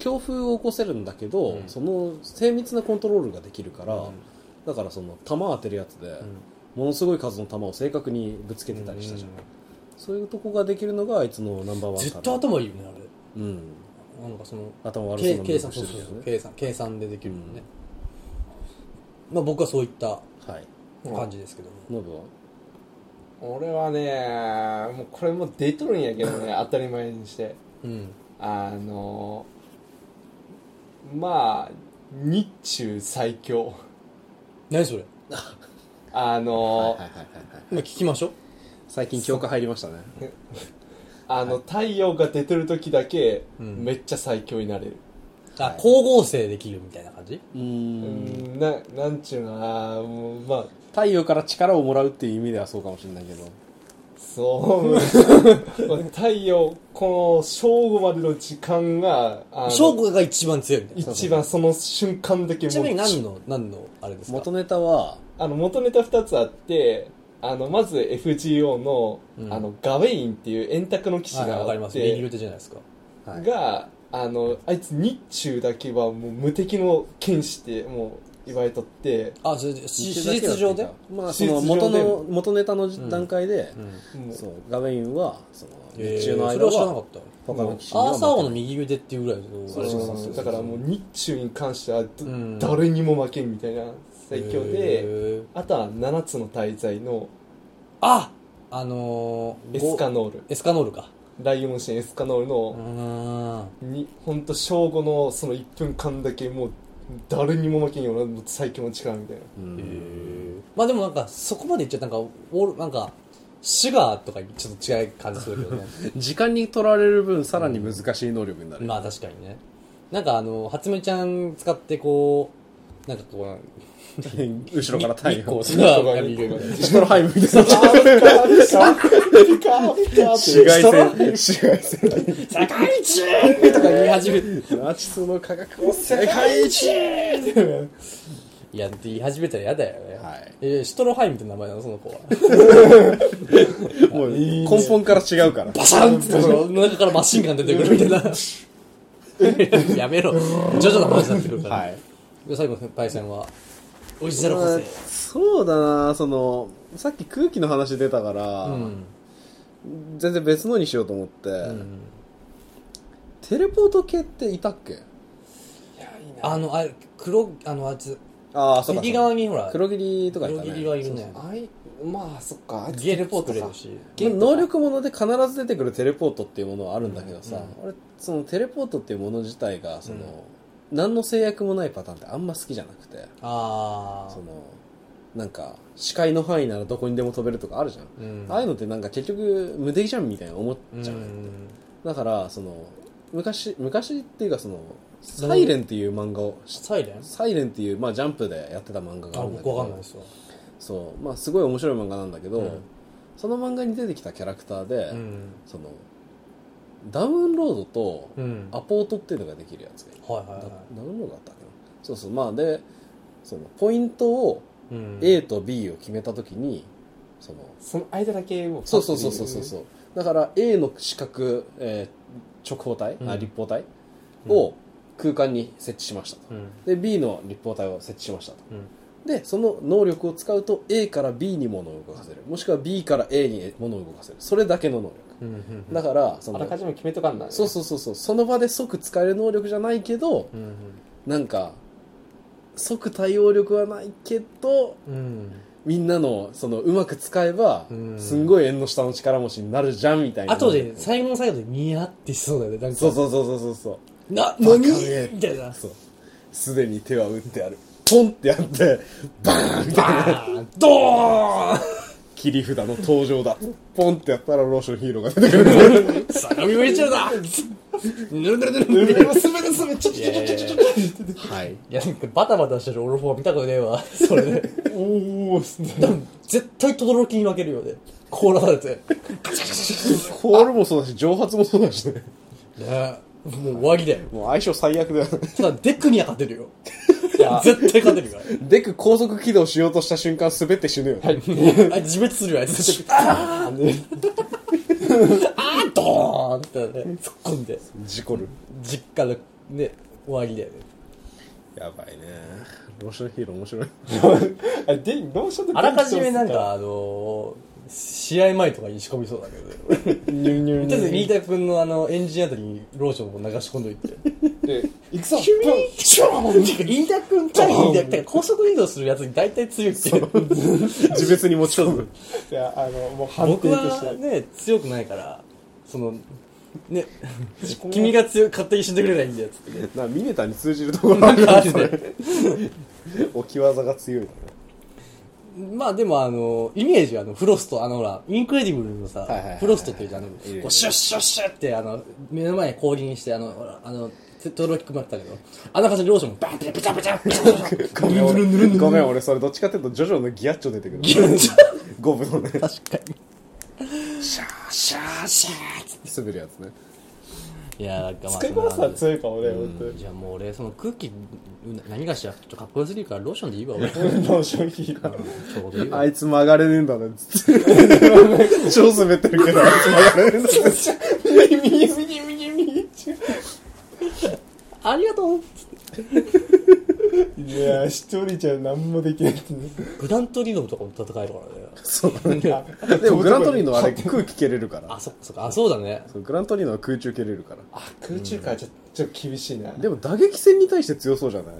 Speaker 3: 強風を起こせるんだけど、
Speaker 1: うん
Speaker 3: その精密なコントロールができるから、
Speaker 1: うん
Speaker 3: だからその弾当てるやつで、
Speaker 1: うん
Speaker 3: ものすごい数の弾を正確にぶつけてたりしたじゃん、そういうとこができるのがあいつのナンバーワン
Speaker 1: 絶対
Speaker 3: 頭
Speaker 1: 頭いいよね
Speaker 3: うん
Speaker 1: あれなんかその
Speaker 3: 頭悪そう
Speaker 1: 計
Speaker 3: な
Speaker 1: 計算
Speaker 3: して
Speaker 1: そう
Speaker 3: る
Speaker 1: そうそう
Speaker 3: けどね
Speaker 1: 計算計算でできるもんね、まあ僕はそういった
Speaker 3: はい
Speaker 1: 感じですけども、
Speaker 3: ノブは
Speaker 2: 俺はねもうこれもう出とるんやけどね当たり前にして
Speaker 1: うん、
Speaker 2: あのまあ日中最強
Speaker 1: 何それ
Speaker 2: あの、
Speaker 3: はいはいはいはい
Speaker 1: 今聞きましょう
Speaker 3: 最近記憶入りましたね
Speaker 2: あの太陽が出てる時だけ、
Speaker 1: うん
Speaker 2: めっちゃ最強になれる
Speaker 1: あ、
Speaker 3: はい
Speaker 1: 光合成できるみたいな感じ
Speaker 3: う
Speaker 2: うんんななんちゅうのかなもうまあ
Speaker 3: 太陽から力をもらうっていう意味ではそうかもしれないけど
Speaker 2: そう。太陽、この正午までの時間が、あの
Speaker 1: 翔吾が一番強いみたいな
Speaker 2: 一番その瞬間だけ
Speaker 1: ちなみに
Speaker 2: う、
Speaker 1: 何の何のあれですか
Speaker 3: 元ネタは
Speaker 2: あの、元ネタ二つあって、あの、まず FGO の、
Speaker 1: うん
Speaker 2: あの、ガウェインっていう円卓の騎士
Speaker 1: はい
Speaker 2: が
Speaker 1: わかり
Speaker 2: あ
Speaker 1: ま
Speaker 2: っ
Speaker 1: す右
Speaker 2: て、
Speaker 1: 腕じゃないですか
Speaker 3: はい
Speaker 2: が、あの、あいつ日中だけはもう無敵の剣士って、もう言われとって、
Speaker 1: あそれし史実上で
Speaker 3: まあ
Speaker 2: 史
Speaker 3: その
Speaker 2: 実
Speaker 3: 元
Speaker 2: 上で
Speaker 3: の元ネタの
Speaker 1: ん
Speaker 3: 段階で、
Speaker 1: うん
Speaker 2: もう
Speaker 3: そうガウェインはその
Speaker 1: えー
Speaker 3: 日中の
Speaker 1: そ
Speaker 3: 間
Speaker 1: れは知らなか
Speaker 3: は
Speaker 1: った
Speaker 3: 他の騎士には
Speaker 1: アー
Speaker 3: 負
Speaker 1: サー王
Speaker 3: け
Speaker 1: の
Speaker 3: ない
Speaker 1: 右腕っていうぐらいの
Speaker 2: そう
Speaker 1: あれ
Speaker 2: そう
Speaker 1: です
Speaker 2: そう
Speaker 1: か
Speaker 2: だからもう日中に関してはど、
Speaker 1: うん
Speaker 2: 誰にも負けんみたいな最強で、
Speaker 1: へー
Speaker 2: あとは7つの大罪の
Speaker 1: ああのー
Speaker 2: エスカノール
Speaker 1: エスカノールか
Speaker 2: ライオン神エスカノール
Speaker 1: う
Speaker 2: の、
Speaker 1: ーん
Speaker 2: にほんと正午のその1分間だけもう誰にも負けんような最強の力みたいな
Speaker 3: うん
Speaker 1: まあでもなんかそこまでいっちゃなんかオールなんかシュガーとかちょ っと違い感じするけどね
Speaker 3: 時間に取られる分さらに難しい能力になる、
Speaker 1: まあ確かにねなんかあの、初めちゃん使ってこう、なんかこう、
Speaker 3: 後ろから太
Speaker 1: 日光
Speaker 3: 陽。
Speaker 1: とか浴びる。
Speaker 3: シトロハイムみたいな。紫外線。紫外線。
Speaker 1: 世界一とか言い始めて。
Speaker 3: ナチスの科学を世界一
Speaker 1: いや、って言い始めたら嫌だよね。
Speaker 3: はい
Speaker 1: えーシュトロハイムって名前なの、その子は。
Speaker 3: もう根本から違うから。
Speaker 1: バシャンってその中からマシンガン出てくるみたいな。 やめろ。徐々な話になってくるから。
Speaker 3: はい。
Speaker 1: で最後の対戦は、オリジナル補
Speaker 3: まあ
Speaker 1: 正。
Speaker 3: そうだなその、さっき空気の話出たから、
Speaker 1: うん。
Speaker 3: 全然別のにしようと思って、
Speaker 1: うん
Speaker 3: テレポート系っていたっけ
Speaker 1: あの、あれ、黒、あの、あいつ、
Speaker 3: ああ、そうか
Speaker 1: 右
Speaker 3: そう
Speaker 1: 側
Speaker 3: か。
Speaker 1: にほら、
Speaker 3: 黒霧とかいた
Speaker 1: 黒
Speaker 3: ね。
Speaker 1: 霧はいるね。
Speaker 2: あいまあそっか
Speaker 1: ゲレポートレるし。
Speaker 3: まあ能力もので必ず出てくるテレポートっていうものはあるんだけどさ、俺そのテレポートっていうもの自体がその、何の制約もないパターンってあんま好きじゃなくて
Speaker 1: あ
Speaker 3: そのなんか視界の範囲ならどこにでも飛べるとかあるじゃん、
Speaker 1: あ。うん
Speaker 3: ああいうのってなんか結局無敵じゃんみたいな思っちゃう、
Speaker 1: うん
Speaker 3: だからその昔昔っていうかその「サイレンっていう漫画を知って
Speaker 1: サイレン
Speaker 3: サイレンっていう、まあ、ジャンプでやってた漫画が
Speaker 1: あ、
Speaker 3: あるんだけ
Speaker 1: 僕
Speaker 3: ど
Speaker 1: わかんないですわ。
Speaker 3: そうまあすごい面白い漫画なんだけど、
Speaker 1: うん
Speaker 3: その漫画に出てきたキャラクターで、
Speaker 1: うん。
Speaker 3: そのダウンロードと
Speaker 1: うん。
Speaker 3: アポートっていうのができるやつがいる
Speaker 1: はいはい
Speaker 3: ダ
Speaker 1: は
Speaker 3: ダウンロードだったっけなそうそうまあでそのポイントを
Speaker 1: い。うん。
Speaker 3: A と B を決めた時にその
Speaker 2: その間だけを
Speaker 3: そうそうそうそうそうそうだから A の四角、えー直方体、あ
Speaker 1: うん
Speaker 3: 立方体を空間に設置しましたと、
Speaker 1: うん。
Speaker 3: で B の立方体を設置しましたと
Speaker 1: うん。
Speaker 3: でその能力を使うと A から B に物を動かせるもしくは B から A に物を動かせるそれだけの能
Speaker 1: うんうん
Speaker 3: 力だからそ
Speaker 2: あ
Speaker 3: の
Speaker 2: らかじめ決めとかんない
Speaker 3: そうそうそうそうその場で即使える能力じゃないけど
Speaker 1: うんうん
Speaker 3: なんか即対応力はないけど
Speaker 1: うん
Speaker 3: みんなのそのうまく使えば
Speaker 1: うん
Speaker 3: すんごい縁の下の力持ちになるじゃんみたいな
Speaker 1: あとで最後の最後でニヤってしそうだよねなんか
Speaker 3: そうそうそうそうそうそう
Speaker 1: な何
Speaker 3: バカね
Speaker 1: みたいな
Speaker 3: そうすでに手は打ってあるポンってやってバーンみたいな
Speaker 1: あードーン
Speaker 3: 切り札の登場だポンってやったらローションヒーローが出てくる
Speaker 1: 相模ベルチェル だぬるぬるぬるぬる
Speaker 2: 滑る滑るちょちょちょちょちょちょ
Speaker 3: はい
Speaker 1: いやなんかバタバタしてるオルフォー見たことねえわ それで
Speaker 2: おお
Speaker 1: 多分絶対轟に負けるよね凍らされてね
Speaker 3: コールもそうだし蒸発もそうだしね
Speaker 1: もう上着だよ
Speaker 3: もう相性最悪だよ
Speaker 1: ただデックには勝てるよ絶対勝てるから
Speaker 3: デク高速起動しようとした瞬間滑って死ぬよね、
Speaker 1: あ自滅するよあいつあーあードーンってね突っ込んで
Speaker 3: 事故る
Speaker 1: 実家のね終わりだよね
Speaker 3: やばいねローションヒーロー面白い
Speaker 2: あでローションで
Speaker 1: あらかじめなんかあのー、試合前とかに仕込みそうだけどね
Speaker 2: ニューニュ
Speaker 1: と
Speaker 2: ー
Speaker 1: りあえず飯田君のあのエンジンあたりにローションを流し込んどいて
Speaker 2: で行くぞ
Speaker 1: ショーンって飯田君対飯田君高速移動するやつに大体強いって
Speaker 3: 自別に持ち込む
Speaker 2: いやあのもう判
Speaker 1: 僕
Speaker 2: 定として
Speaker 1: はね強くないからそのね君が強い勝手に死んでくれないんだよつってね
Speaker 3: なミネタに通じるところある
Speaker 1: あ
Speaker 3: な
Speaker 1: る
Speaker 3: それ
Speaker 1: ね
Speaker 3: 置き技が強い
Speaker 1: まあでもあの、イメージはあの、フロスト、あのほら、インクレディブルのさ
Speaker 3: はいはいはいはい、
Speaker 1: フロストっていうじゃん、あのこ
Speaker 3: いる
Speaker 1: うシュッシュッシュッってあの、目の前に攻撃して、あの、ほら、あの、てとろきくまったけど、あんな感じでローションもバンってペチャペチャペチャペチャペチャ
Speaker 3: ごめん俺ごめん俺それどっちかっていうとジョジョのギアッチョ出てくる
Speaker 1: ギュッちゃ
Speaker 3: ゴブのね
Speaker 1: 確かに。シャーシャーシャーっつっ
Speaker 3: 滑るやつね
Speaker 1: て。いやー、なんかまあ。
Speaker 2: 使いこなすは強いかもね
Speaker 1: う
Speaker 2: 本
Speaker 1: ん
Speaker 2: 当に
Speaker 1: じゃあもう俺、その空気、何がしら、ちょっとかっこよすぎるから、ローションでいいわ、俺。ち
Speaker 2: ローションヒーロー
Speaker 1: ょうどいいわ
Speaker 3: あ。いつ曲がれねえんだねつって超滑ってるけどあいつ曲がれねえんだね
Speaker 2: 右右右右
Speaker 1: ありがとう
Speaker 2: いや一人じゃ何もできないってね
Speaker 1: グラントリノとかも戦える からね。
Speaker 3: そうだね でもグラントリーノはあれ空気蹴れるから
Speaker 1: あ、そっかそっか。あ、そうだね。
Speaker 3: そうグラントリーノは空中蹴れるから
Speaker 2: あ空中からちょちょっと厳しいな
Speaker 3: でも打撃戦に対して強そうじゃない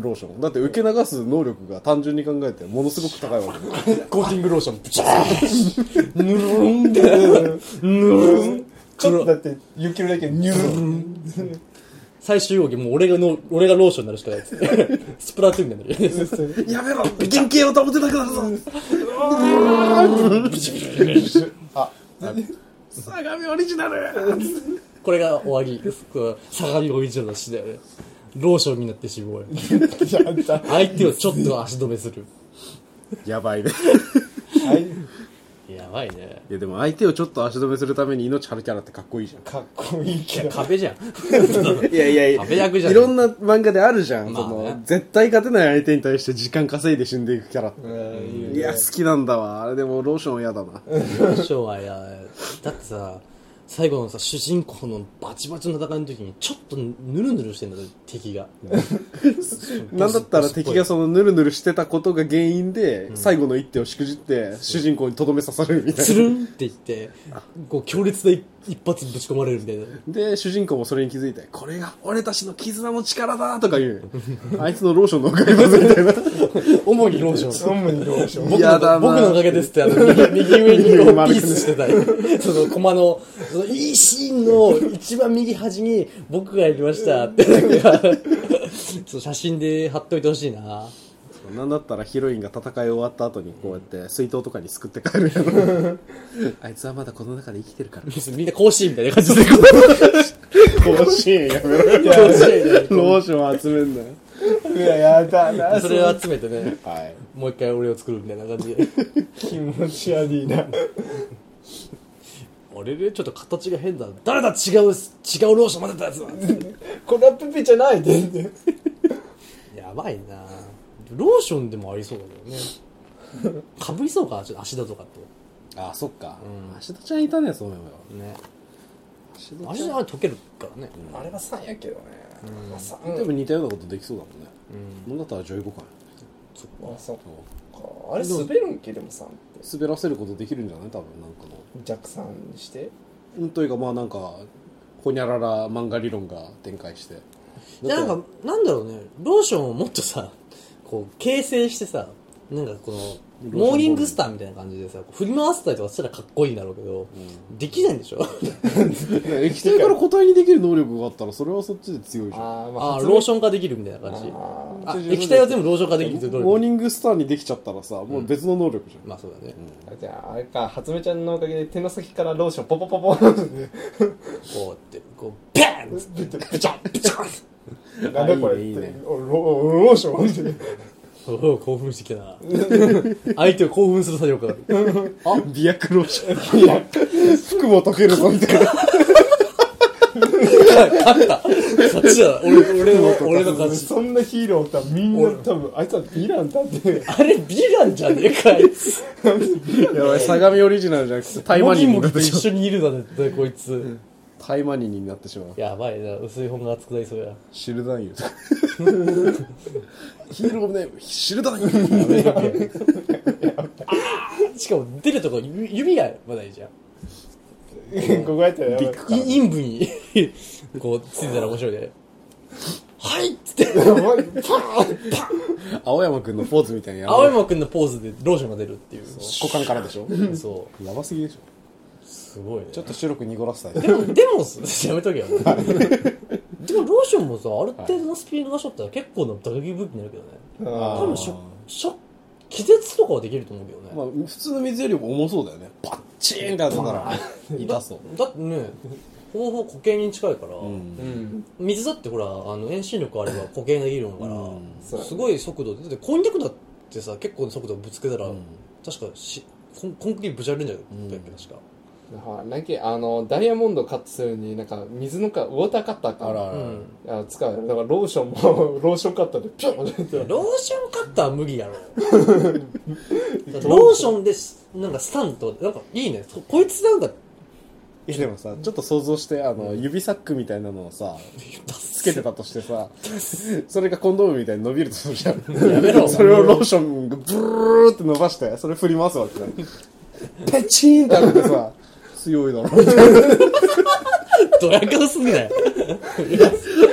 Speaker 3: ローションだって受け流す能力が単純に考えてものすごく高いわけだよ
Speaker 1: コーティングローション、ブチャーンぬるんって、ぬるん
Speaker 2: ちょっとだって雪のだけニュー
Speaker 1: 最終容疑、もう俺が の、俺がローションになるしかないっつって。 スプラトゥーンになるよね。
Speaker 3: やめろ原型を保てなくなるぞ
Speaker 2: あ
Speaker 3: 相模オリジナル
Speaker 1: これが終わり。こう下がりを見ちゃだしだよね。ローションになってしまう。
Speaker 2: やったは
Speaker 1: 相手をちょっと足止めする。
Speaker 3: やば いね。
Speaker 2: い
Speaker 1: やばいね。
Speaker 3: いや、でも相手をちょっと足止めするために命張るキャラってかっこいいじゃん。
Speaker 2: かっこいい
Speaker 1: い
Speaker 2: け
Speaker 1: や、
Speaker 2: ど
Speaker 1: 壁じゃん。
Speaker 3: いやいやい
Speaker 1: 壁役じゃん
Speaker 3: いろんな漫画であるじゃん。
Speaker 1: まあね
Speaker 3: その、絶対勝てない相手に対して時間稼いで死んでいくキャラって。
Speaker 2: うんいいよね
Speaker 3: いや、好きなんだわ。あれでも、ローション嫌だな。
Speaker 1: ローションはや、だってさ、最後のさ、主人公のバチバチの戦いの時に、ちょっとぬるぬるしてんだよ、敵が。
Speaker 3: なんだったら敵がそのヌルヌルしてたことが原因で、最後の一手をしくじって、主人公にとどめ刺されるみたい
Speaker 1: つ
Speaker 3: な。
Speaker 1: るんって言って、こう強烈な一発ぶち込まれるみたいな。
Speaker 3: で、主人公もそれに気づいて、これが俺たちの絆の力だとか言う。あいつのローションのおかげだぜみたいな。
Speaker 1: 主にローション。
Speaker 2: オムニ ローション
Speaker 1: 僕
Speaker 3: や
Speaker 1: の
Speaker 3: だな
Speaker 1: 僕のおかげですって、あの、右右上にこうピースしてた り、その、コマの、その、いいシーンの一番右端に僕がやりましたって、なんか、そう写真で貼っといてほしいな。
Speaker 3: なんだったらヒロインが戦い終わった後にこうやって水筒とかにすくって帰るやろ あいつはまだこの中で生きてるから
Speaker 1: みんな甲子園みたいな感じで、
Speaker 3: 甲子園やめろよ
Speaker 1: 甲子園みたいな
Speaker 3: ローション集めんなよ
Speaker 2: いややだな
Speaker 1: それを集めてね、
Speaker 3: はい
Speaker 1: もう一回俺を作るみたいな感じで。
Speaker 2: 気持ち悪いな
Speaker 1: 俺ね、ちょっと形が変だ。誰だ違う、違うローション混ぜたやつだ
Speaker 2: これはプペじゃない全然
Speaker 1: やばいなローションでもありそうだけどね。 かぶりそうか、ちょっと足だとかと。
Speaker 3: あそっか芦田ちゃんいたねそう思えば
Speaker 1: ね。
Speaker 3: 芦田
Speaker 1: 足だ溶けるからね。
Speaker 2: あれは3やけどねまあ
Speaker 3: ちゃんで
Speaker 2: 3でも
Speaker 3: も似たようなことできそうだもんね
Speaker 1: うん。
Speaker 3: なんだったら女優互換
Speaker 2: あそっか
Speaker 3: そう
Speaker 2: あれ滑るんけでも3って
Speaker 3: 滑らせることできるんじゃない多分なんかの
Speaker 2: 弱さにして
Speaker 3: うんというかまあなんかほにゃらら漫画理論が展開して
Speaker 1: いやなんか、なんだろうね、ローションをもっとさ、こう、形成してさ、なんかこの、
Speaker 3: ローション
Speaker 1: モーニングスターみたいな感じでさ、こう振り回せたりとかしたらかっこいいんだろうけど、できないんでしょ
Speaker 3: ね液体から固体にできる能力があったらそれはそっちで強いじゃん
Speaker 2: あー
Speaker 1: あ
Speaker 2: ま
Speaker 1: あ、
Speaker 2: あ
Speaker 1: ローション化できるみたいな感じ。
Speaker 2: あ
Speaker 1: あ、液体は全部ローション化できるってどういう
Speaker 3: モー
Speaker 1: こ
Speaker 3: ニングスターにできちゃったらさもう別の能力じゃん、
Speaker 1: とまあそうだね。
Speaker 2: ーじゃああれか初めちゃんのおかげで手の先からローションポポポポ って
Speaker 1: こうやって、こう、バーンって
Speaker 2: 出て
Speaker 1: ブチャンブチャン
Speaker 2: なんだこれっ
Speaker 3: いいねいい
Speaker 2: て
Speaker 3: ね
Speaker 2: おロローションって
Speaker 1: おお興奮してきた な。相手を興奮する作業か。
Speaker 3: あビアクローションいや服も溶けるぞみたいな
Speaker 1: 勝った勝ちだ。俺、俺の、俺の勝ち。
Speaker 2: そんなヒーローってみんな多分あいつはヴィランだって
Speaker 1: あれ、ヴィランじゃねえか、あいつ。
Speaker 3: やばい相模オリジナルじゃなくてタイマニンに
Speaker 1: モギ
Speaker 3: な
Speaker 1: モ
Speaker 3: っ
Speaker 1: ギと
Speaker 3: てしま
Speaker 1: 一緒にいるんだね、こいつ。
Speaker 3: うタイマニンになってしまう
Speaker 1: やばいな、薄い本が熱くなりそうや。
Speaker 3: シルダンユヒーローネームシルダンユ
Speaker 1: しかも、出るとこ、ゆ弓がまだいいじゃん。
Speaker 2: ここやったらやばい
Speaker 1: い陰部に、こう、ついてたら面白いね。はいっつって、
Speaker 2: お前パーン
Speaker 3: 青山くんのポーズみたいにや
Speaker 1: 青
Speaker 3: る
Speaker 1: 山くんのポーズでローションが出るっていう。
Speaker 3: 股間からでしょ
Speaker 1: そ
Speaker 3: やばすぎでしょ
Speaker 1: う。すごいね。
Speaker 3: ちょっと白く濁らせたい
Speaker 1: でも、でもす、やめとけよ。もうでも、ローションもさ、ある程度のスピードがしょったら結構な打撃武器になるけどね。
Speaker 2: あ
Speaker 1: 多分しょ、しょ、気絶とかはできると思うけどね。
Speaker 3: まあ普通の水よりも重そうだよねパッチーンって当たったら痛そう
Speaker 1: だってね、方法固形に近いから、
Speaker 3: うん
Speaker 2: うん
Speaker 1: 水だってほら、あの、遠心力あれば固形できるのから、
Speaker 3: うん
Speaker 2: そう
Speaker 1: すごい速度で、だってこんにゃくだってさ、結構な速度ぶつけたら、
Speaker 3: うん
Speaker 1: 確かしコン、コンクリぶちゃれるんじゃないだっけ、
Speaker 3: うん
Speaker 1: 確か。
Speaker 2: ほらなんかあのダイヤモンドカットするのになんか水のかウォーターカッターか
Speaker 3: あらあら、
Speaker 1: うん
Speaker 2: あ使うよだからローションも ローションカッターでピョンってやって
Speaker 1: ローションカッターは無理 やろローションでしなんかスタントなんかいいねそこいつなんか
Speaker 3: いやでもさちょっと想像してあの、指サックみたいなのをさつけてたとして さそれがコンドームみたいに伸びるとするじゃん
Speaker 1: やめろ
Speaker 3: それをローションがブルーって伸ばしてそれ振り回すわけだペチーンってあってさ強 いだろ
Speaker 1: ドヤ顔すんなよ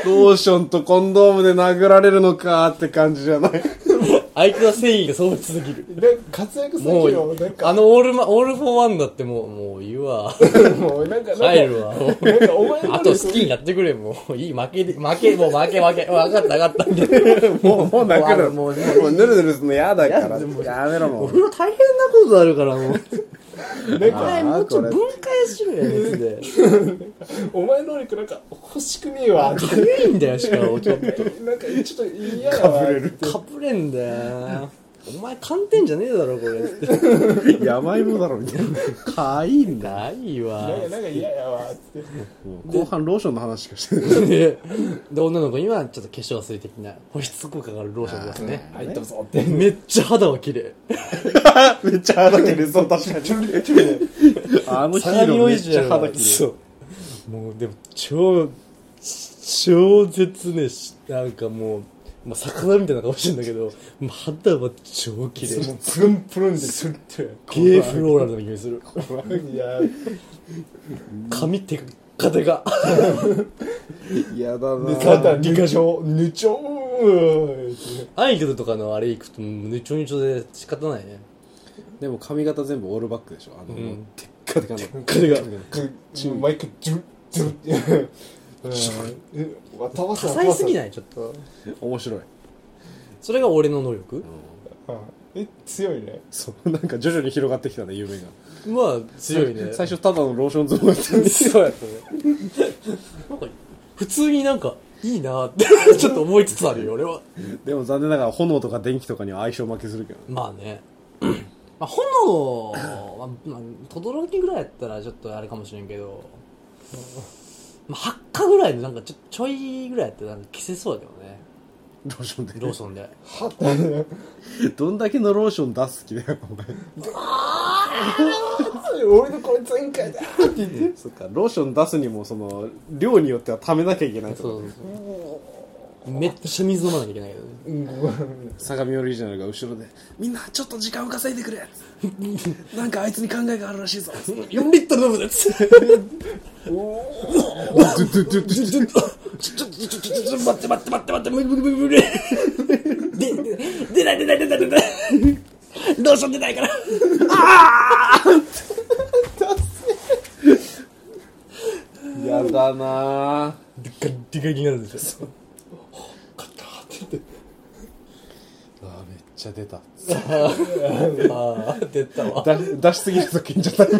Speaker 3: ローションとコンドームで殴られるのかって感じじゃない
Speaker 1: 相手の誠意がそうすぎる
Speaker 2: で活躍する
Speaker 1: も
Speaker 2: けど
Speaker 1: う
Speaker 2: なんか
Speaker 1: あのオールマオールフォーワンだってもうもういいわ
Speaker 2: もうなんかなんか
Speaker 1: 帰るわもう
Speaker 2: なんかお前の
Speaker 1: あと好きになってくれもういい負けで負けもう負け負け分かった分かったみたいな
Speaker 3: もうもう泣くの
Speaker 1: も
Speaker 3: も
Speaker 1: う
Speaker 3: う
Speaker 1: も
Speaker 3: ぬるぬるするの嫌だからやめろ
Speaker 1: お
Speaker 3: も
Speaker 1: 風
Speaker 3: う
Speaker 1: 呂大変なことあるからもう
Speaker 2: なん
Speaker 1: あれ
Speaker 2: か、
Speaker 1: もうちょい分解しろよ別で
Speaker 2: お前能力なんか欲しくねえわ。
Speaker 1: かゆいんだよしかもちょっと
Speaker 2: なんか、ちょっと嫌やわ。
Speaker 1: かぶれんだよお前寒天じゃねえだろこれ って
Speaker 3: 山芋だろみたいなかわいいんだ
Speaker 1: ないわ
Speaker 2: 嫌や、なんか嫌やわ。って。
Speaker 3: もう後半ローションの話しかしてな い
Speaker 1: でで女の子にはちょっと化粧水的な保湿効果があるローションですね
Speaker 2: はい、どうぞって。
Speaker 1: めっちゃ肌は綺麗
Speaker 3: めっちゃ肌切れそう、確 かに。あのヒーローめっちゃ肌切れ。
Speaker 1: そうもうでも超超絶ねしなんかもう、まあ、魚みたいな顔してんだけどもう肌は超綺
Speaker 2: も
Speaker 1: 麗
Speaker 2: うプルンプルンです るって。
Speaker 1: ゲーフローラルの匂いする
Speaker 2: いや、
Speaker 1: 髪テッカテカ
Speaker 3: 嫌だな
Speaker 2: 肩、ぬちょ、ぬちょー
Speaker 1: アイドルとかのあれ行くともうぬちょぬちょで仕方ないね
Speaker 3: でも髪型全部オールバックでしょ。あの、
Speaker 1: ん
Speaker 3: テッカテカの。
Speaker 1: カテカ
Speaker 2: って。毎回、ジュッ、ジュッって。頭
Speaker 1: 多彩すぎないいちょっと
Speaker 3: 面白い。
Speaker 1: それが俺の能力
Speaker 2: え、強いね。
Speaker 3: そう、なんか徐々に広がってきたね、夢が。
Speaker 1: まあ強いね
Speaker 3: 最初ただのローションゾーンだったんです
Speaker 1: そうやったね。なんか、普通になんか、いいなって、ちょっと思いつつあるよ、俺は。
Speaker 3: でも残念ながら炎とか電気とかには相性負けするけどね。
Speaker 1: まあね。まあ、炎は、まあ、とどろきぐらいやったらちょっとあれかもしれんけど、まあ、発火ぐらいでなんかちょちょいぐらいやったらなんか消せそうだけどね。
Speaker 3: ローションで。
Speaker 1: ローソンで。
Speaker 3: どんだけのローション出す気だよ、お前。
Speaker 2: 俺のこれ全開だ って言って。
Speaker 3: そっか、ローション出すにも、その、量によっては溜めなきゃいけないと
Speaker 1: そ
Speaker 3: か。
Speaker 1: うそうそう。めっちゃ水飲まなきゃいけないけどね。
Speaker 3: 相模オリジナルが後ろで、みんなちょっと時間を稼いでくれなんかあいつに考えがあるらしいぞ。
Speaker 1: 4リットル飲むぜちょ、ちょ、ちょ、ちょ、ちょ、待って待って待って待って、無理無理無理無理。で、出ない出ない出ない出ない。ローション出ないから。あ
Speaker 3: やだな
Speaker 1: あでっかい、でっかいになるんですよ。
Speaker 3: あめっちゃ出 た。
Speaker 1: ああ、出たわ。
Speaker 3: だ出しすぎると緊張だ。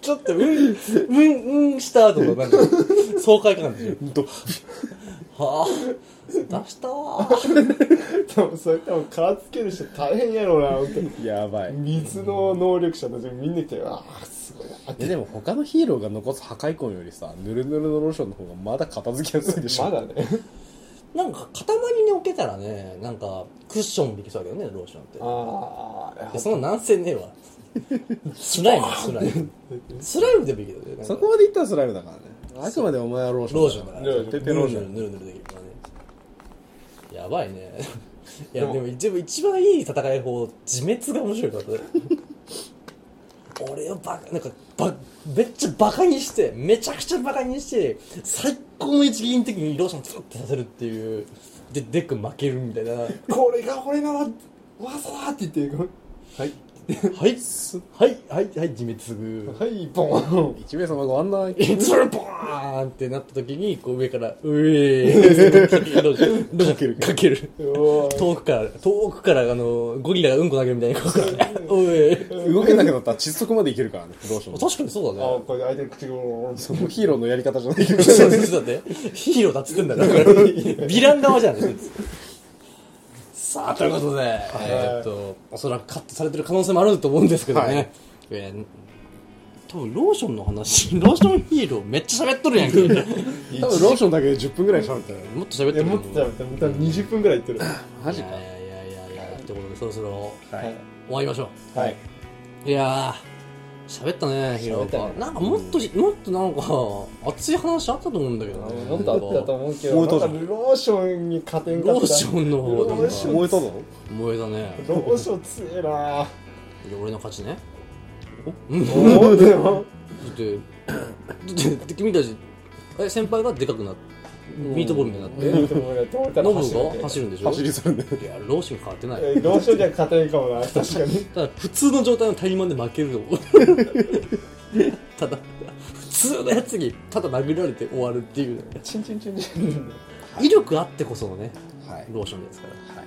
Speaker 1: ちょっと、うん、うん、うんした後の、なんか、爽快感でし
Speaker 3: ど
Speaker 1: ょ。はあ、出したわ。
Speaker 2: 多分それ多分殻つける人大変やろうな本当に
Speaker 3: やばい。
Speaker 2: 水の能力者たちみんな来てああすごいなって
Speaker 3: えでも他のヒーローが残す破壊痕よりさ、ぬるぬるのローションの方がまだ片付きやすいでしょ。
Speaker 2: まだね
Speaker 1: なんか、塊に置けたらね、なんか、クッションできそうだけどね、ローションって。
Speaker 2: あ
Speaker 1: いやそんななんせねえ わ。スライム、スライム。スライムでもいいけどね。なんか
Speaker 3: そこまでいったらスライムだからね。あくまでお前はローション。
Speaker 1: ローションだから。
Speaker 2: ローション
Speaker 3: ペペローション。
Speaker 1: ぬるぬるぬるぬるできるからね。やばいね。いや、でも一番一番いい戦い方、自滅が面白いからね。俺をバカ、なんか、ば、めっちゃバカにして、めちゃくちゃバカにして、最高の一撃の時にローションツッてさせるっていう。で、デック負けるみたいな。はい、
Speaker 2: これが俺の技だって言ってはい
Speaker 1: はい、はい、はい、自滅すぐ。
Speaker 2: はいボン
Speaker 3: 一名様ご案内。
Speaker 1: それボーンってなった時にこう上から「うえー」 かけるかける
Speaker 2: おー
Speaker 1: 遠くから遠くからあのゴリラがうんこ投げるみたいにこうから「うえー
Speaker 3: 動けなくなったら窒息までいけるからね、ローション。
Speaker 1: 確かにそうだ
Speaker 2: あ
Speaker 1: ね
Speaker 2: これ相手の口が
Speaker 3: そのヒーローのやり方じゃないけ ど。
Speaker 1: そうそうそうだってヒーローだっつってんだからヴィラン側じゃんさあということで、えーっとおそらくカットされてる可能性もあると思うんですけどね、
Speaker 3: はい
Speaker 1: えー多分ローションの話 ローションヒーローめっちゃ喋っとるやん け
Speaker 3: 多分ローションだけで10分ぐらい喋ったよ。
Speaker 1: もっと喋っ
Speaker 2: い
Speaker 1: て
Speaker 2: や
Speaker 1: ると
Speaker 2: も
Speaker 1: 思
Speaker 2: っと
Speaker 1: う
Speaker 2: 食べた多分20分ぐらいいってる
Speaker 3: マジか。
Speaker 1: いやいやいやいやいやってことでそろそろ
Speaker 2: はい
Speaker 1: 終わりましょ
Speaker 2: はい
Speaker 1: いやー喋ったねヒロ
Speaker 2: 喋ったね
Speaker 1: なんかもっと、もっとなんか熱い話あったと思うんだけどね
Speaker 2: なんだったと思うけ
Speaker 3: もう
Speaker 2: ど
Speaker 3: 一
Speaker 2: な
Speaker 3: つ
Speaker 2: んかローションに勝てんか
Speaker 1: ロ
Speaker 2: った
Speaker 1: ーションの方がなんか
Speaker 2: ローション
Speaker 3: 燃えたぞ。
Speaker 1: 燃えたね
Speaker 2: ローション強えな
Speaker 1: で俺の勝ちね
Speaker 2: おでも
Speaker 1: だってだって君たちえ先輩がでかくなってミートボールみたいになって
Speaker 2: 見てもらえたら
Speaker 1: ノ
Speaker 2: 思ったら
Speaker 1: ブが
Speaker 2: 走
Speaker 1: 走
Speaker 2: る
Speaker 1: るんでしょ
Speaker 3: 走りするんだよ。
Speaker 1: いやローション変わってない
Speaker 2: えローションじゃ勝てんかもな確かに
Speaker 1: ただ普通の状態のタイマンで負けると思う ただ普通のやつにただ殴られて終わるっていうね
Speaker 2: チンチンチンチン
Speaker 1: 威力あってこそのね
Speaker 3: はい。
Speaker 1: ローションですから
Speaker 3: はい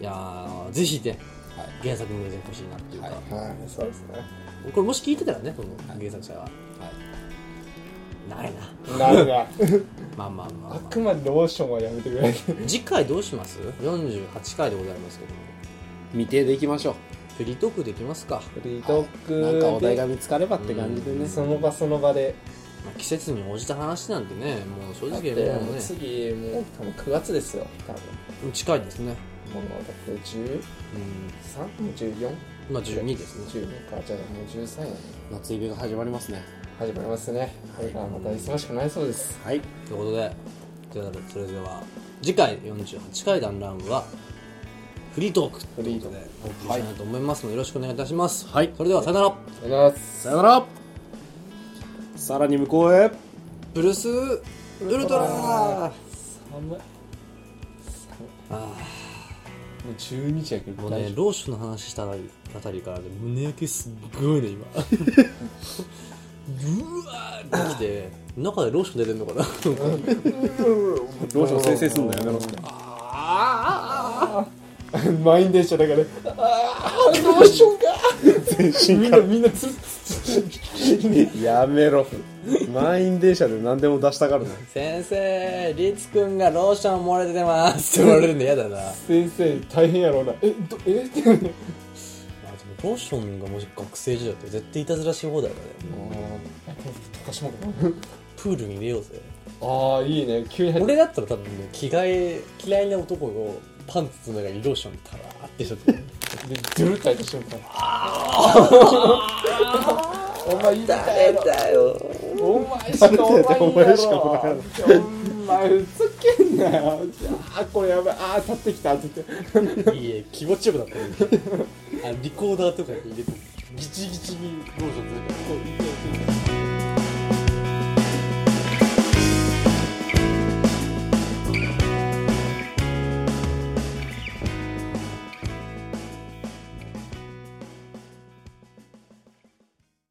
Speaker 1: いやーぜひねはい、原作に全然欲しいなっていうか、
Speaker 2: はい、そうですね。
Speaker 1: これもし聞いてたらねその原作者は、ないな
Speaker 2: なんか、
Speaker 1: まあまあまあ、
Speaker 2: あ
Speaker 1: ま
Speaker 2: くまでローションはやめてくれ。
Speaker 1: あ、次回どうします ?48 回でございますけども
Speaker 3: 未定でいきましょう
Speaker 1: フリートークできますか、
Speaker 2: フリート
Speaker 3: なんかお
Speaker 2: ーク
Speaker 3: 題
Speaker 2: で、
Speaker 3: が見つかればって感じでね、
Speaker 2: その場その場で。
Speaker 1: まあ、季節に応じた話なんてねもう正
Speaker 2: だっ
Speaker 1: 直
Speaker 2: て、
Speaker 1: もう
Speaker 2: もう
Speaker 1: ね
Speaker 2: 次、もう多分9月ですよ、多分。
Speaker 1: 近いですね
Speaker 2: もうだって13
Speaker 1: う
Speaker 2: もう 14?
Speaker 1: んまあ12ですね
Speaker 2: 12か、じゃあもう13やね。
Speaker 3: 夏イベが始まりますね
Speaker 2: 始まりますね。これからまた忙しくなりそうです。
Speaker 3: はい
Speaker 1: ということでということでそれでは次回48回弾丸はフリートークということでお送りしたいなと思いますのでよろしくお願いいたします、
Speaker 3: はい
Speaker 1: それではさよなら
Speaker 2: ありがとうございます。
Speaker 3: さよならさらに向こうへ
Speaker 1: ブルースウルトラあ
Speaker 2: 寒い。
Speaker 1: あ
Speaker 2: もう12時やけど、
Speaker 1: もうねローションの話したあたりからね胸焼けすっごいね 今うわーってきて中でローション出てんのかな
Speaker 3: どうしよう先生すんのやめろ
Speaker 2: 満員電車だから、ああ、ローションがみんな、みんなつ、つ、つ、
Speaker 3: やめろ満員電車で何でも出したがるの
Speaker 1: 先生リツくんがローション漏れててますって言われるの嫌だなあ
Speaker 2: 先生、大変やろうな。え、ど、えって。もう、
Speaker 1: でもローションがもし学生時代だって絶対いたずらし放題だね
Speaker 2: 高島君。
Speaker 1: プールに入れようぜ
Speaker 2: ああ、いいね。急に入って。
Speaker 1: 俺だったら多分ね着替え嫌いな男をパンツの中にローションたらーってしとって
Speaker 2: で、ドゥルッと入った瞬間。お前、いいだよ。
Speaker 1: だよ
Speaker 2: お前しかおらんやろ。
Speaker 3: お前しかおらんや
Speaker 2: お前、ふざけんなよ。ああ、これやばい。ああ、立ってきた。って言って。
Speaker 1: いいえ気持ちよくなったねあリコーダーとかに入れてギチギチにローションつけてこういいよいいよ